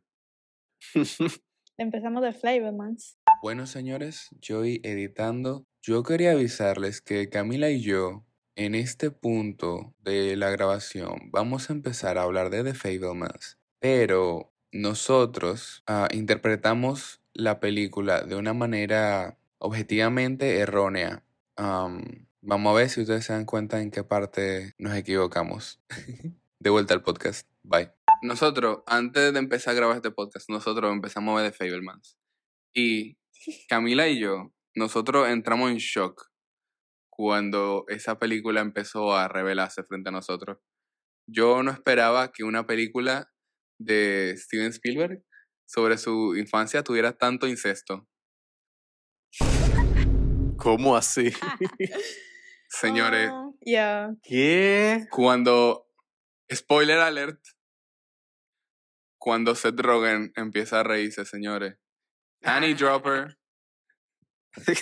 Empezamos de Flavormans. Bueno, señores, Joy editando. Yo quería avisarles que Camila y yo, en este punto de la grabación, vamos a empezar a hablar de The Fablemans. Pero nosotros ah, interpretamos la película de una manera objetivamente errónea. Am, Vamos a ver si ustedes se dan cuenta en qué parte nos equivocamos. de vuelta al podcast. Bye. Nosotros, antes de empezar a grabar este podcast, nosotros empezamos a ver The Fablemans. Y Camila y yo, nosotros entramos en shock cuando esa película empezó a revelarse frente a nosotros. Yo no esperaba que una película de Steven Spielberg sobre su infancia tuviera tanto incesto. ¿Cómo así? Señores, Oh, yeah. ¿Qué? cuando, spoiler alert, cuando Seth Rogen empieza a reírse, señores. Annie Dropper.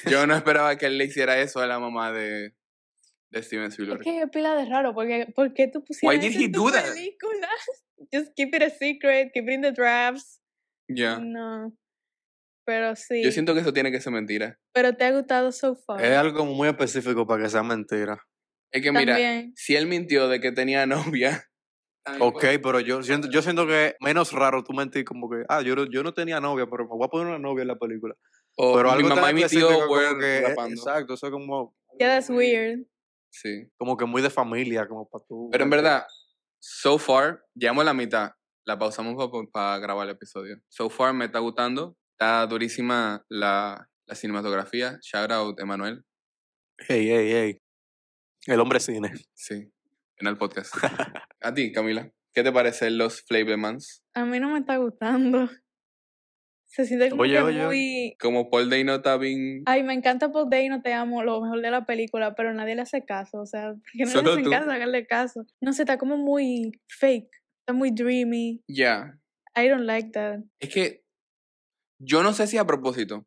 Yo no esperaba que él le hiciera eso a la mamá de, de Steven Es Spielberg. que es pila de raro, porque ¿por qué tú pusiste Why did he do that? película? Just keep it a secret, keep it in the drafts. Ya. No. Pero sí. Ah. Yo siento que eso tiene que ser mentira. Pero te ha gustado so far. Es algo muy específico para que sea mentira. Es que mira, También. si él mintió de que tenía novia. Ok, pero yo siento, yo siento que menos raro tú mentir como que, ah, yo, no- yo no tenía novia, pero me voy a poner una novia en la película. O pero mi algo tan mamá y mi específico tío como fueron que, eh, rapando. Exacto, eso es como, Yeah, that's weird. Sí. como que muy de familia, como para tú. Pero en verdad, so far, llevamos la mitad. La pausamos para grabar el episodio. So far me está gustando. Está durísima la, la cinematografía. Shout out, Emanuel. Hey, hey, hey. El hombre cine. Sí, en el podcast. A ti, Camila. ¿Qué te parecen los Flavemans? A mí no me está gustando. Se siente como Oye, que oye. muy... Como Paul Dano está bien... Ay, me encanta Paul Dano, te amo, lo mejor de la película, pero nadie le hace caso, o sea, ¿por qué no Solo le hacen tú. caso, haganle caso. No sé, está como muy fake, está muy dreamy. Ya. I don't like that. Es que yo no sé si a propósito.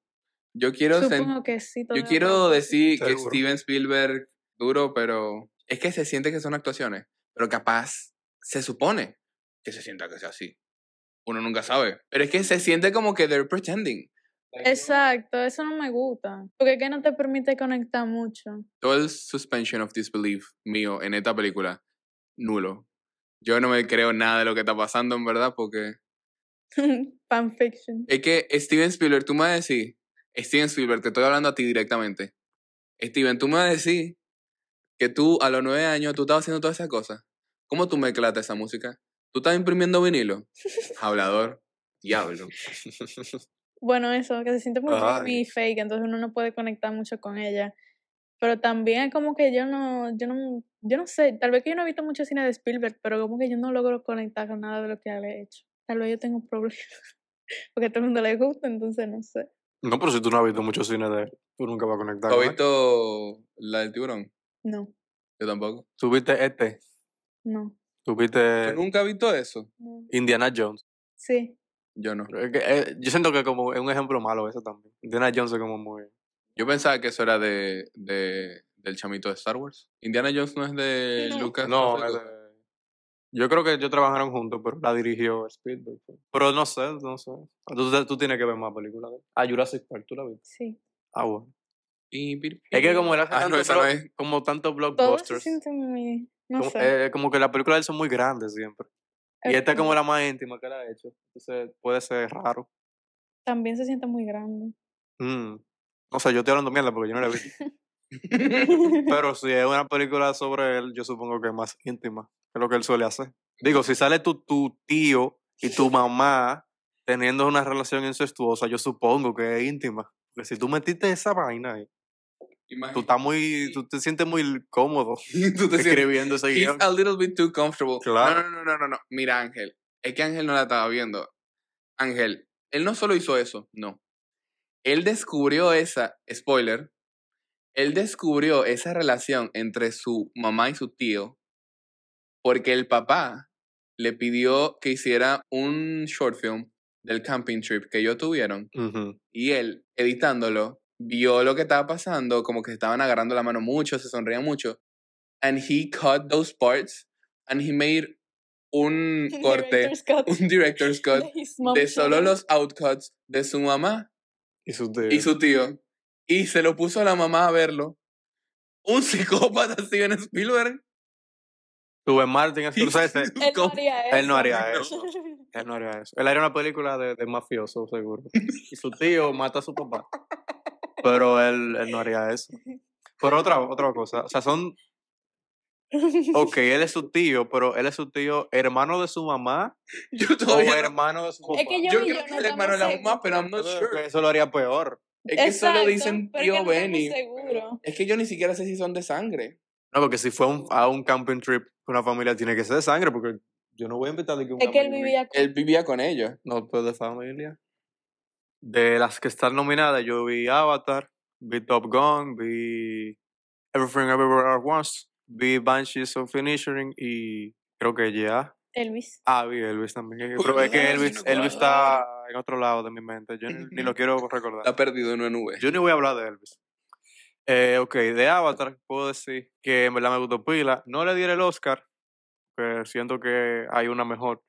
Yo quiero, sen- Supongo que sí. todo yo lo quiero demás. decir que Seguro. Steven Spielberg duro, pero es que se siente que son actuaciones. Pero capaz se supone que se sienta que sea así. Uno nunca sabe. Pero es que se siente como que they're pretending. Exacto, eso no me gusta, porque es que no te permite conectar mucho. Todo el suspension of disbelief mío en esta película, nulo. Yo no me creo nada de lo que está pasando, en verdad, porque Fanfiction. Es que Steven Spielberg, tú me vas a decir, Steven Spielberg, te estoy hablando a ti directamente. Steven, tú me vas a decir que tú a los nueve años tú estabas haciendo todas esas cosas. ¿Cómo tú mezclaste esa música? ¿Tú estás imprimiendo vinilo? Hablador, diablo. Bueno, eso, que se siente muy Ay. dreamy y fake, entonces uno no puede conectar mucho con ella. Pero también es como que yo no, yo no, yo no sé, tal vez que yo no he visto mucho cine de Spielberg, pero como que yo no logro conectar con nada de lo que él ha hecho. Tal vez yo tengo problemas, porque a todo el mundo le gusta, entonces no sé. No, pero si tú no has visto mucho cine de él, tú nunca vas a conectar. ¿Tú con has él. visto la del tiburón? No, Yo tampoco. Tú viste este, no, ¿Tú tú viste nunca has visto eso? no. Indiana Jones. Sí, Yo no. Pero es que, eh, yo siento que como es un ejemplo malo eso también. Indiana Jones es como muy... Yo pensaba que eso era de, de- del chamito de Star Wars. Indiana Jones no es de No. Lucas. No, sé es qué. de- yo creo que ellos trabajaron juntos, pero la dirigió Spielberg. fue. Pero no sé, no sé. Tú, tú- tú tienes que ver más películas. de él. Ah, Jurassic Park, tú la viste. sí. Ah, bueno. Y- pir- Es que como él hace Ah, tanto no, esa blo- no es. como tantos Todo se blockbusters, siente muy, no como, sé. eh, como que las películas de él son muy grandes siempre. Y eh, esta es como la más íntima que él ha hecho. Entonces puede ser raro. También se siente muy grande. Mm. O sea, yo estoy hablando mierda porque yo no la he visto. Pero si es una película sobre él, yo supongo que es más íntima que lo que él suele hacer. Digo, si sale tu, tu tío y tu mamá teniendo una relación incestuosa, yo supongo que es íntima. Porque si tú metiste esa vaina ahí, tú, Imagínate. estás muy, tú te sientes muy cómodo Tú te sientes- escribiendo ese He's guión. a little bit too comfortable. Claro. No, no, no, no, no, no. Mira, Ángel. Es que Ángel no la estaba viendo. Ángel, él no solo hizo eso, no. Él descubrió esa, spoiler, él descubrió esa relación entre su mamá y su tío porque el papá le pidió que hiciera un short film del camping trip que ellos tuvieron Ujú. y él, editándolo, vio lo que estaba pasando, como que se estaban agarrando la mano mucho, se sonreían mucho. And he cut those parts and he made un corte, Director's cut un director's cut de his mom de solo showing. los outcuts de su mamá Y su tío. y su tío. Y se lo puso a la mamá a verlo. Un psicópata Steven Spielberg. Tú eh. ves Martin Scorsese, Él no ¿Cómo? haría eso. Él no haría eso. él no haría eso. Él haría una película de, de mafioso, seguro. Y su tío mata a su papá. Pero él, él no haría eso. Pero otra, otra cosa, o sea, son... Ok, él es su tío, pero él es su tío hermano de su mamá Yo o todavía no- hermano de su papá. Es que yo, Yo y creo yo que no es el estamos hermano de la seguros. mamá, pero I'm Yo not creo que sure. Eso lo haría peor. Es que solo Exacto, dicen pero tío que no estamos Benny. seguros. Es que yo ni siquiera sé si son de sangre. No, porque si fue a un- a un camping trip, una familia tiene que ser de sangre, porque yo no voy a invitar de que un Es que él amigo mío- vivía con... Él vivía con ellos. No, pues de familia. De las que están nominadas, yo vi Avatar, vi Top Gun, vi Everything Everywhere at Once, vi Banshees of Finishing y creo que ya. Elvis. Ah, vi Elvis también. Uy, Pero es que Elvis, Elvis, no Elvis puedo. está en otro lado de mi mente. Yo ni, ni lo quiero recordar. Está perdido en una nube. Yo ni voy a hablar de Elvis. Eh, ok, de Avatar puedo decir que en verdad me gustó Pila. No le diera el Oscar, que siento que hay una mejor,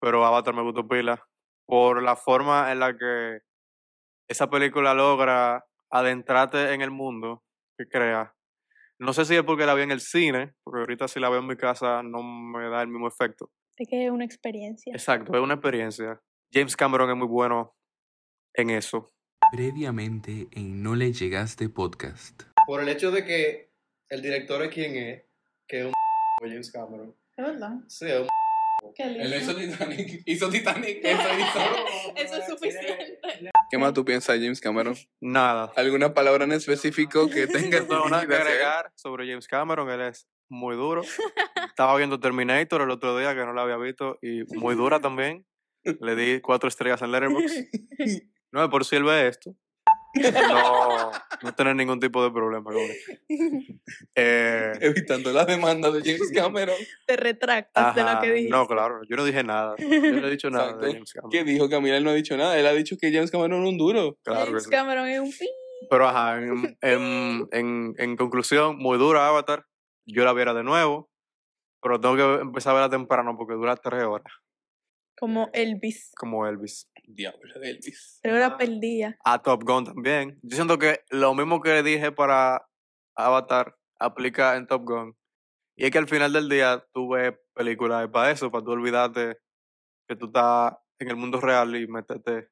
pero Avatar me gustó Pila por la forma en la que esa película logra adentrarte en el mundo que crea. No sé si es porque la vi en el cine, porque ahorita si la veo en mi casa no me da el mismo efecto. Es que es una experiencia. Exacto, es una experiencia. James Cameron es muy bueno en eso. Previamente en No le llegaste podcast. Por el hecho de que el director es quien es, que es un James Cameron. Es verdad. Sí, es un Qué lindo. Él hizo Titanic. Hizo Titanic. Eso hizo. Eso es suficiente. ¿Qué más tú piensas, James Cameron? Nada. ¿Alguna palabra en específico que tengas Tengo nada dirigida que hacia él? agregar sobre James Cameron, él es muy duro. Estaba viendo Terminator el otro día que no la había visto y muy dura también. Le di cuatro estrellas en Letterboxd. No, por si él ve esto. No, no tener ningún tipo de problema con él. Eh, Evitando la demanda de James Cameron. Te retractas de lo Ajá, que dijiste. Ah, No, claro, yo no dije nada. Yo no he dicho nada Exacto. de James Cameron. Que dijo que Camila él no ha dicho nada. Él ha dicho que James Cameron es un duro. Claro que James sí. Cameron es un pi. Pero ajá, en, en, en- en conclusión, muy dura Avatar. Yo la viera de nuevo, pero tengo que empezar a verla temprano porque dura tres horas, Como Elvis. como Elvis. Diablo de Elvis. Pero Ah. era perdida. A Top Gun también. Yo siento que lo mismo que dije para Avatar aplica en Top Gun. Y es que al final del día tú ves películas para eso, para tú olvidarte que tú estás en el mundo real y meterte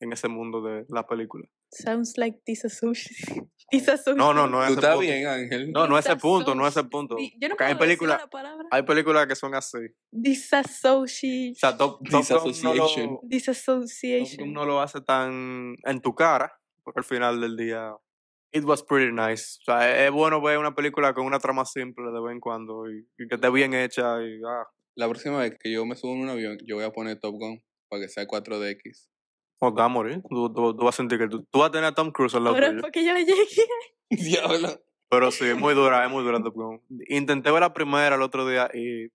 en ese mundo de la película. Sounds like disassociation. disassociation. No, no, no es Tú ese estás punto. bien, Ángel. No, no es ese Quizás punto, son- no es ese punto. Di- Yo no Porque hay puedo película. películas decir una palabra. hay películas que son así. O Disassociation. sea, Top, Top Gun no lo, Disassociation. Top Gun Disassociation. no lo hace tan en tu cara, porque al final del día it was pretty nice. O sea, es- es bueno ver una película con una trama simple de vez en cuando y, y que esté bien hecha y ah, La próxima vez que yo me subo en un avión, yo voy a poner Top Gun para que sea 4DX. no te vas a oh, morir. Tú, tú- tú vas a sentir que tú, tú vas a tener a Tom Cruise al lado Ahora tuyo. fue que yo llegué. Diablo. Pero sí, es muy dura, es muy dura Top Gun. Intenté ver la primera el otro día y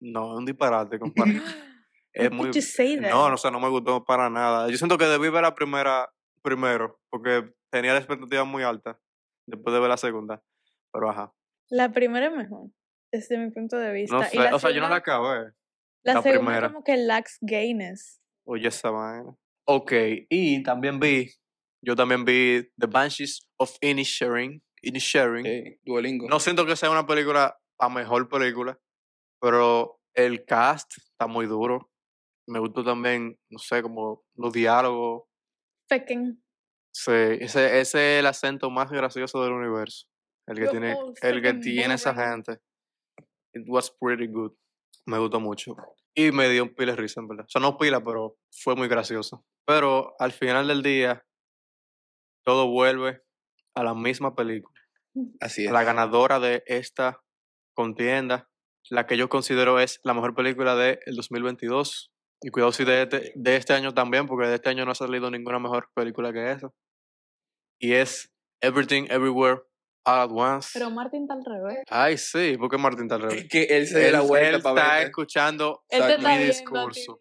no, es un disparate, compadre. es What muy did you say there? No, no, o sea, no me gustó para nada. Yo siento que debí ver la primera primero, porque tenía la expectativa muy alta después de ver la segunda. Pero ajá. La primera es mejor, desde mi punto de vista. No Y sé, la o sea, yo no la segunda- acabé. La, la segunda primera. como que lacks gayness. Oye, esa vaina. Ok, y también vi, yo también vi The Banshees of Inisherin. Inisherin. Hey, Duolingo. No siento que sea una película, la mejor película, pero el cast está muy duro. Me gustó también, no sé, como los diálogos. Fucking. Sí, ese, ese es el acento más gracioso del universo. El que You're tiene, all el que freaking tiene esa boring. gente. It was pretty good. Me gustó mucho. Y me dio un pila de risa, en verdad. O sea, no pila, pero fue muy gracioso. Pero al final del día, todo vuelve a la misma película. Así es. La ganadora de esta contienda, la que yo considero es la mejor película del 2022. Y cuidado si de este, de este año también, porque de este año no ha salido ninguna mejor película que esa. Y es Everything Everywhere All at Once. Pero Martin está al revés. Ay, sí, porque Martín está al revés. Es que él se dio Él- la él vuelta está para ver. escuchando Él te mi está viendo a ti. discurso.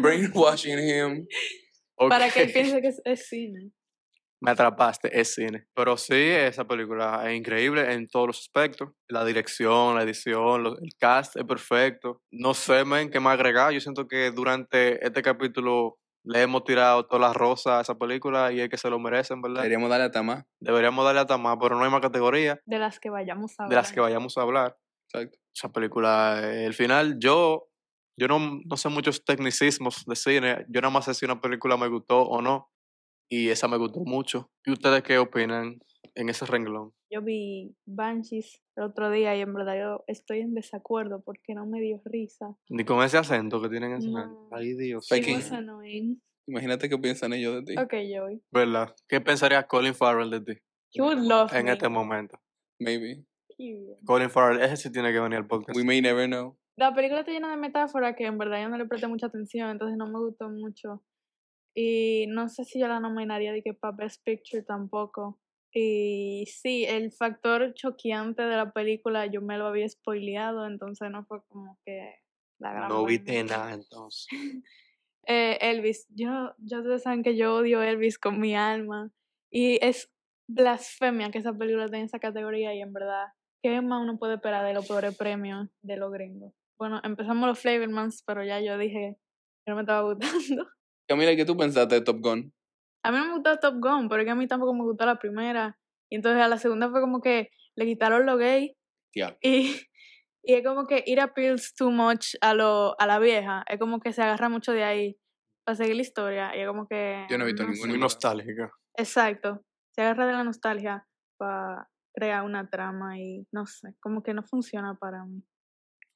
brainwashing him. Para que él Ok. piense que es, es cine. Me atrapaste, es cine. Pero sí, esa película es increíble en todos los aspectos. La dirección, la edición, lo- el cast es perfecto. No sé, men, qué más agregar. Yo siento que durante este capítulo le hemos tirado todas las rosas a esa película y es que se lo merecen, ¿verdad? Deberíamos darle a Tamá. Deberíamos darle hasta más, pero no hay más categoría De las que vayamos a de las que hablar. vayamos a hablar. Exacto. Esa película, eh, el final, yo, yo no, no sé muchos tecnicismos de cine. Yo nada más sé si una película me gustó o no. Y esa me gustó mucho. ¿Y ustedes qué opinan en ese renglón? Yo vi Banshees el otro día y en verdad yo estoy en desacuerdo porque no me dio risa. Ni con ese acento que tienen ese. No. Ay, Dios. She Pequeño. was annoying. Imagínate qué piensan ellos de ti. Ok, Joey. ¿Verdad? ¿Qué pensaría Colin Farrell de ti He would love en me. este momento? Maybe. Yeah. Colin Farrell, ese sí tiene que venir al podcast. We may never know. La película está llena de metáforas que en verdad yo no le presté mucha atención, entonces no me gustó mucho. Y no sé si yo la nominaría de que para Best Picture tampoco. Y sí, el factor choqueante de la película yo me lo había spoileado, entonces no fue como que la gran no viste vaina. nada entonces. Eh, Elvis, yo, ya ustedes saben que yo odio a Elvis con mi alma. Y es blasfemia que esa película tenga esa categoría y en verdad, ¿qué más uno puede esperar de los peores premios de los gringos? Bueno, empezamos los Flavormans, pero ya yo dije que no me estaba gustando. Camila, ¿qué tú pensaste de Top Gun? A mí no me gustó Top Gun, pero es que a mí tampoco me gustó la primera. Y entonces a la segunda fue como que le quitaron lo gay Tía. y, y es como que it appeals too much a, lo, a la vieja. Es como que se agarra mucho de ahí para seguir la historia. Y es como que. Yo no he visto sé. ninguna. Muy nostálgica. Exacto. Se agarra de la nostalgia para crear una trama y no sé, como que no funciona para mí.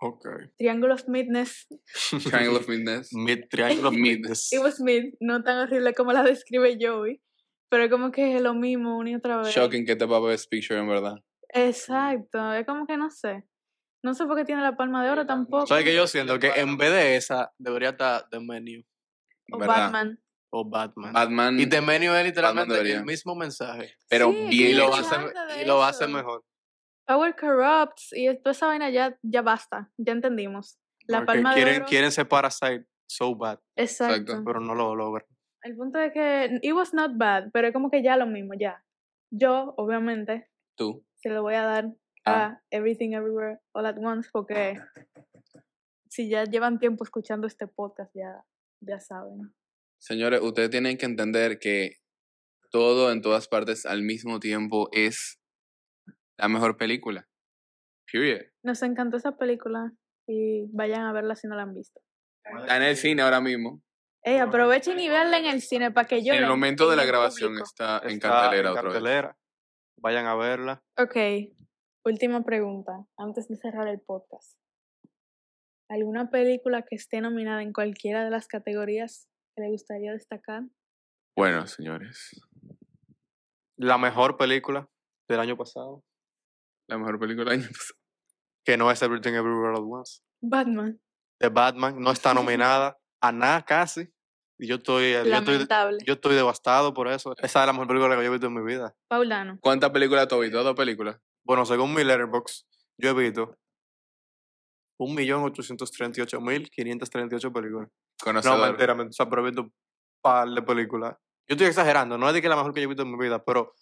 Ok. Triangle of Midness. Triangle of Midness. Mid Triangle of Mid. Midness. It was mid, no tan horrible como la describe Joey, pero es como que es lo mismo una y otra vez. Shocking que este te va a Best Picture, en verdad. Exacto, es como que no sé. No sé por qué tiene la palma de oro tampoco. ¿Sabes qué yo siento? Que en vez de esa, debería estar The Menu O ¿Verdad? Batman. o Batman. Batman. Y The Menu es literalmente el debería. mismo mensaje. pero Sí, bien Y que lo ya hace, se habla de y lo hace eso. mejor. Power Corrupts y toda esa vaina ya, ya basta, ya entendimos. La Porque palma quieren, de oro. quieren ser Parasite so bad, Exacto. Exacto. pero no lo logran. El punto es que it was not bad, pero es como que ya lo mismo, ya. Yo, obviamente, Tú. se lo voy a dar Ah. a Everything Everywhere All at Once porque si ya llevan tiempo escuchando este podcast, ya, ya saben. Señores, ustedes tienen que entender que todo en todas partes al mismo tiempo es la mejor película. Period. Nos encantó esa película y vayan a verla si no la han visto. Está en el cine ahora mismo. Ey, aprovechen y verla en el cine para que yo... en el momento de la grabación está, en Está cartelera otra vez. cartelera. Vayan a verla. Ok, última pregunta, antes de cerrar el podcast. ¿Alguna película que esté nominada en cualquiera de las categorías que le gustaría destacar? Bueno, señores. La mejor película del año pasado, La mejor película del año pasado. que no es Everything Everywhere All at Once. Batman. The Batman no está nominada a nada casi. Y yo estoy, yo estoy, Lamentable. yo estoy devastado por eso. Esa es la mejor película que yo he visto en mi vida. Paulano. ¿Cuántas películas tú has visto? ¿Dos películas? Bueno, según mi letterbox, yo he visto 1.838.538 películas. No, Conocedor. mentira, mentira. O sea, pero he visto un par de películas. Yo estoy exagerando, no es de que la mejor que yo he visto en mi vida, pero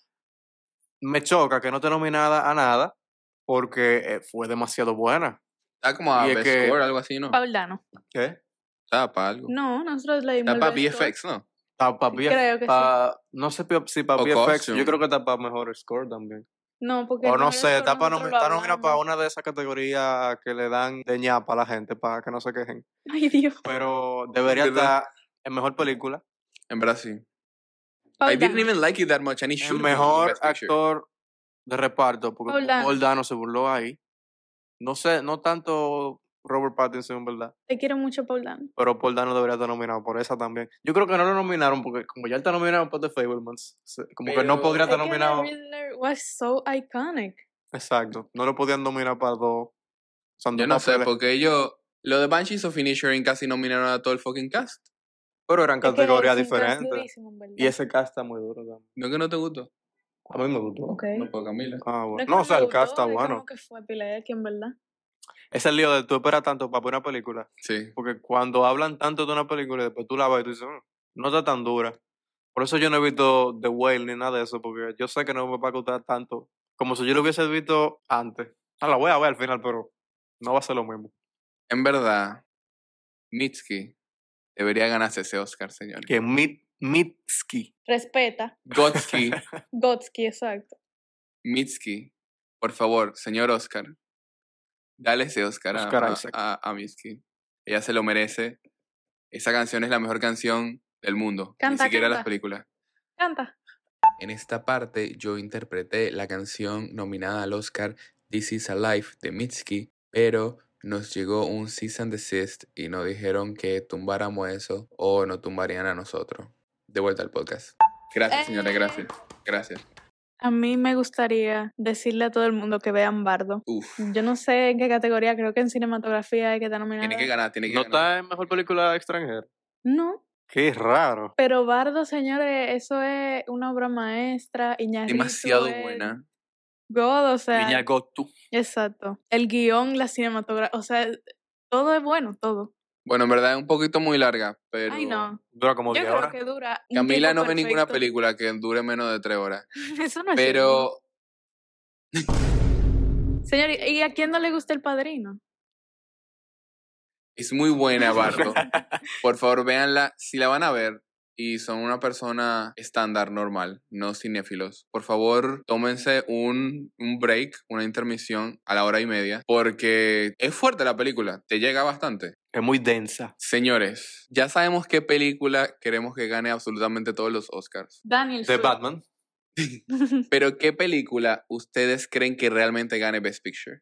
me choca que no esté nominada a nada porque eh, fue demasiado buena. Está como a Y es Best que- Score, algo así, Ah. ¿no? Paulano. ¿Qué? Está para algo. No, nosotros le Está dimos el para best score. VFX, ¿no? Está para Creo que sí. No sé pa- si para O VFX, costume. yo creo que está para mejor score también. No, porque... O el no mejor sé, está score para nosotros lo nominada para hablamos. una de esas categorías que le dan de ñapa a la gente para que no se quejen. Ay, Dios. Pero debería ¿Verdad? estar en mejor película, En verdad sí. I didn't Paulano. even like it that much and it should el have been mejor Best Picture. actor de reparto, porque Paul Dano. Paul Dano se burló ahí. No sé, no tanto Robert Pattinson, en verdad, Te quiero mucho, Paulano. pero Paul Dano debería estar nominado por esa también. Yo creo que no lo nominaron porque como ya él está nominado por The Fablemans, como que no Pero- podría Es que estar The nominado. Riddler was so iconic. Exacto, no lo podían nominar para dos. son dos Yo no sé, papeles, porque ellos. Lo de Banshees of Inisherin casi nominaron a todo el fucking cast. pero eran Es que categorías es un cast diferentes. durísimo, en verdad. Y ese cast está muy duro también. No que no te gustó. A mí me gustó. Ok. No puedo, Camila. Ah, bueno. es que No, o sea, me el cast está gustó, es como bueno. que fue pila de aquí, en verdad. Es el lío de tú esperas tanto para ver una película. Sí. Porque cuando hablan tanto de una película y después tú la ves y tú dices, "Mm, no está tan dura. Por eso yo no he visto The Whale ni nada de eso, porque yo sé que no me va a gustar tanto como si yo lo hubiese visto antes. Ah, la voy a ver al final, pero no va a ser lo mismo. En verdad, Mitski debería ganarse ese Oscar, señor. Que Mit Mitski. Respeta. Gotsky, Gotsky, exacto. Mitski, por favor, señor Oscar, dale ese Oscar, a- Oscar a, Isaac. a, a Mitski. Ella se lo merece. Esa canción es la mejor canción del mundo. Canta, Ni siquiera canta. las películas. Canta. En esta parte yo interpreté la canción nominada al Oscar This Is Alive de Mitski, pero nos llegó un cease and desist y nos dijeron que tumbáramos eso o nos tumbarían a nosotros. De vuelta al podcast. Eh. Gracias, señora, gracias. Gracias. A mí me gustaría decirle a todo el mundo que vean Bardo. Uf. Yo no sé en qué categoría, creo que en cinematografía hay que estar nominada. Tiene que ganar, tiene que No ganar. está en mejor película extranjera. No, Qué raro. pero Bardo, señores, eso es una obra maestra. Iñárritu Demasiado es buena. God, o sea. Viña Gotu. Exacto. El guión, la cinematografía, o sea, todo es bueno, todo. Bueno, en verdad es un poquito muy larga, pero. Ay, no. Dura como Yo 10 creo horas. que dura. un Camila tiempo no ve ninguna perfecto. película que dure menos de tres horas. Eso no es cierto. Pero Señor, ¿y y a quién no le gusta el padrino? es muy buena, Bardo. Por favor, véanla. Si la van a ver y son una persona estándar, normal, no cinéfilos, por favor, tómense un, un break, una intermisión a la hora y media, porque es fuerte la película, te llega bastante. Es muy densa. Señores, ya sabemos qué película queremos que gane absolutamente todos los Oscars. Daniel. De Su- Batman. Pero, ¿qué película ustedes creen que realmente gane Best Picture?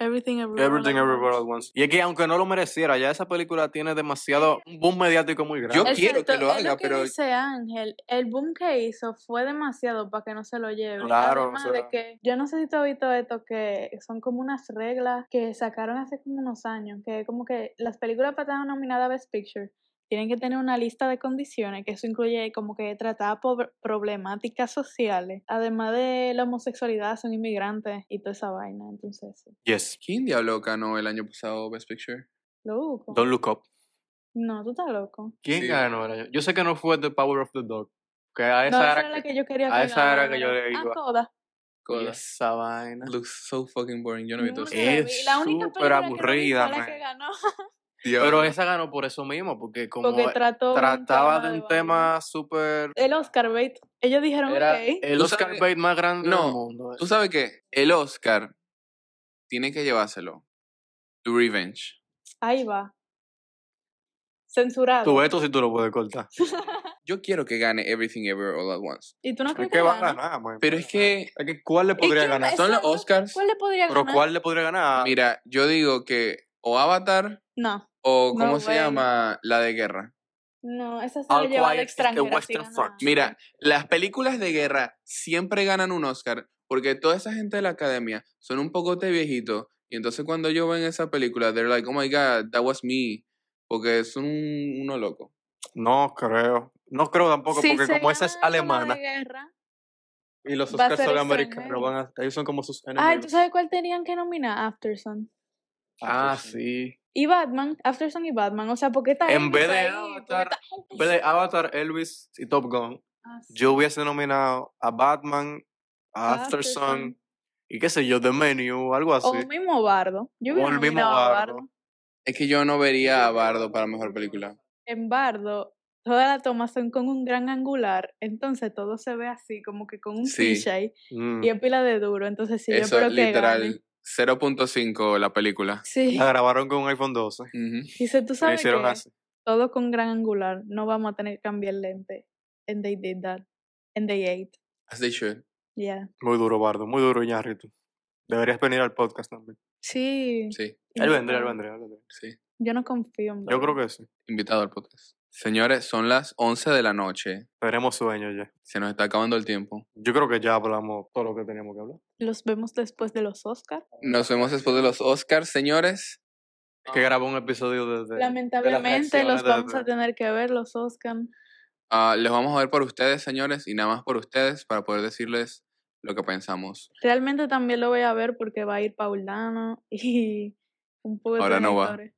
Everything Everywhere. Everything All at Everywhere All Once. at Once. Y es que aunque no lo mereciera, ya esa película tiene demasiado un boom mediático muy grande. Yo quiero que Exacto, lo es haga, que pero- dice Ángel, el boom que hizo fue demasiado para que no se lo lleve. Claro, Además o sea- de que, yo no sé si tú has visto esto, que son como unas reglas que sacaron hace como unos años, que como que las películas para estar nominadas a Best Picture tienen que tener una lista de condiciones, que eso incluye como que tratar por problemáticas sociales, además de la homosexualidad, son inmigrantes y toda esa vaina, entonces sí. Yes. ¿Quién diablo ganó el año pasado Best Picture? Loco. Don't Look Up. No, tú estás loco. ¿Quién Sí. ganó el año? Yo sé que no fue The Power of the Dog. Que a esa no, era esa era la que yo quería a esa era que yo ganara. le A iba. todas. Coda. Esa vaina. Looks so fucking boring. Yo no he visto No, eso. no la vi. Es La única súper película que no vi aburrida, fue la que man. ganó. Pero esa ganó por eso mismo, porque como Porque trató un trataba tema de un vaina. tema súper... El Oscar bait. Ellos dijeron, Era ok. el Tú Oscar sabes- bait más grande No, del mundo. eh. Tú sabes que el Oscar tiene que llevárselo. To Revenge. Ahí va. Censurado. Tú esto si tú lo puedes cortar. Yo quiero que gane Everything Ever All at Once. ¿Y tú no Es crees que que va a gana? ganar, man. Pero es que Es que ¿cuál le podría quién va- ganar? Exacto. son los Oscars. ¿Cuál le podría Pero ganar? ¿cuál le podría ganar? Mira, yo digo que o Avatar No. o ¿cómo No se way. llama? La de guerra. No, esa se All la lleva al Quiet is the extranjero. si Western gana. Front. Mira, las películas de guerra siempre ganan un Oscar porque toda esa gente de la academia son un poco de viejitos y entonces cuando ellos ven esa película, they're like, oh my god, that was me. Porque es un, uno loco. No creo. No creo tampoco, Si porque se como esa es gana la de alemana guerra- y los va a Oscars ser son extranjero. americanos, van a- ellos son como sus enemigos. Ay, ¿tú sabes cuál tenían que nominar? Afterson. Ah, sí. Y Batman. Afterson y Batman. O sea, ¿por qué está En Elvis vez de ahí? Avatar, ¿Por qué En está vez Elvis? de Avatar, Elvis y Top Gun, Ah, sí. yo hubiese nominado a Batman, a Afterson, Aftersun. y qué sé yo, The Menu, algo así. Ah, O el mismo Bardo. Yo O hubiera el mismo nominado a Bardo. Bardo. Es que yo no vería a Bardo para mejor película. En Bardo, todas las tomas son con un gran angular, entonces todo se ve así, como que con un Sí. fisheye Mm. y en pila de duro. Entonces sí, yo Eso espero que gane. literal 0.5 la película. Sí. La grabaron con un iPhone 12. Ujú. Dice, tú Y la sabes Ah, hicieron que así. todo con gran angular, no vamos a tener que cambiar lente. And they did that. And they ate. As they should. Yeah. Muy duro, Bardo. Muy duro, Iñárritu. Deberías venir al podcast también. Sí. Sí, Él yo- vendría, él vendría. él vendría. sí. Yo no confío en Yo creo Bardo. que sí. Invitado al podcast. Señores, son las 11 de la noche. Tenemos sueños ya. Se nos está acabando el tiempo. Yo creo que ya hablamos todo lo que teníamos que hablar. Los vemos después de los Oscars. Nos vemos después de los Oscars, señores. que grabó un episodio desde. Lamentablemente los vamos a tener que ver, los Oscars. Ah, los vamos a ver por ustedes, señores, y nada más por ustedes para poder decirles lo que pensamos. Realmente también lo voy a ver porque va a ir Paulano y un poco Ahora de no va. actores.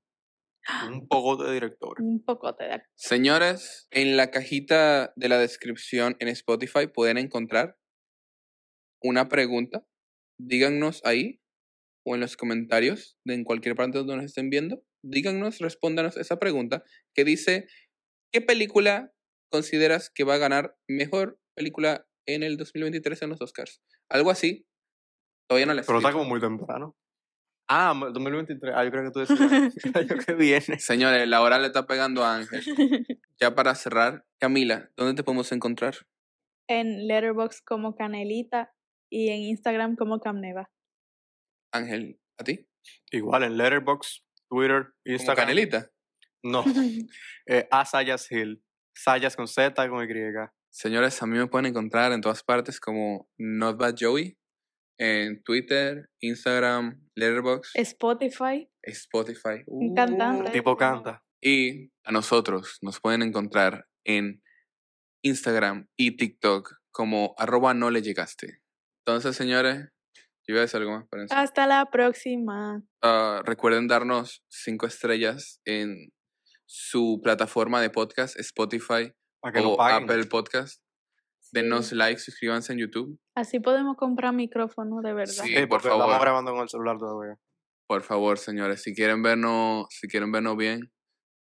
Un poco de directores. Un poco de act- Señores, en la cajita de la descripción en Spotify pueden encontrar una pregunta. Díganos ahí o en los comentarios de en cualquier parte donde nos estén viendo. Díganos, respóndanos esa pregunta que dice, ¿qué película consideras que va a ganar mejor película en el 2023 en los Oscars? Algo así. Todavía no les Pero está como muy temprano. Ah, ma- 2023. Ah, yo creo que tú decías el año que viene. Señores, la hora le está pegando a Ángel. Ya para cerrar, Camila, ¿dónde te podemos encontrar? en Letterboxd como Canelita y en Instagram como Camneva. Ángel, ¿a ti? Igual en Letterboxd, Twitter, ¿Como Instagram. Canelita? No. Eh, a Sayas Hill. Sayas con Z, con Y. Señores, a mí me pueden encontrar en todas partes como Not Bad Joey, en Twitter, Instagram, Letterboxd, Spotify. Spotify. Uh. Un cantante. El tipo canta. Y a nosotros nos pueden encontrar en Instagram y TikTok como arroba no le llegaste. Entonces, señores, yo voy a decir algo más. espérense. Hasta la próxima. Ah, recuerden darnos cinco estrellas en su plataforma de podcast, Spotify Para que no o paguen. Apple Podcast. Denos Sí. like, suscríbanse en YouTube. Así podemos comprar micrófono, de verdad. Sí. Eh, por porque Estamos favor. grabando con el celular todavía. Por favor, señores, si quieren vernos, si quieren vernos bien,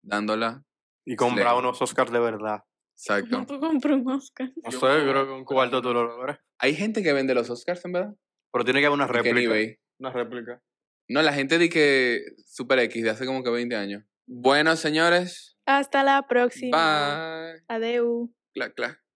dándola. Y comprar Sí. unos Oscars de verdad. Exacto. ¿Cómo tú compras un Oscar? No Yo sé, creo- creo que un cuarto tú lo logras. Hay gente que vende los Oscars, en verdad. Pero tiene que haber una Y que en réplica. eBay. Una réplica. No, la gente di que Super X de hace como que 20 años. Bueno, señores. Hasta la próxima. Bye. Adeu. Clac, clac.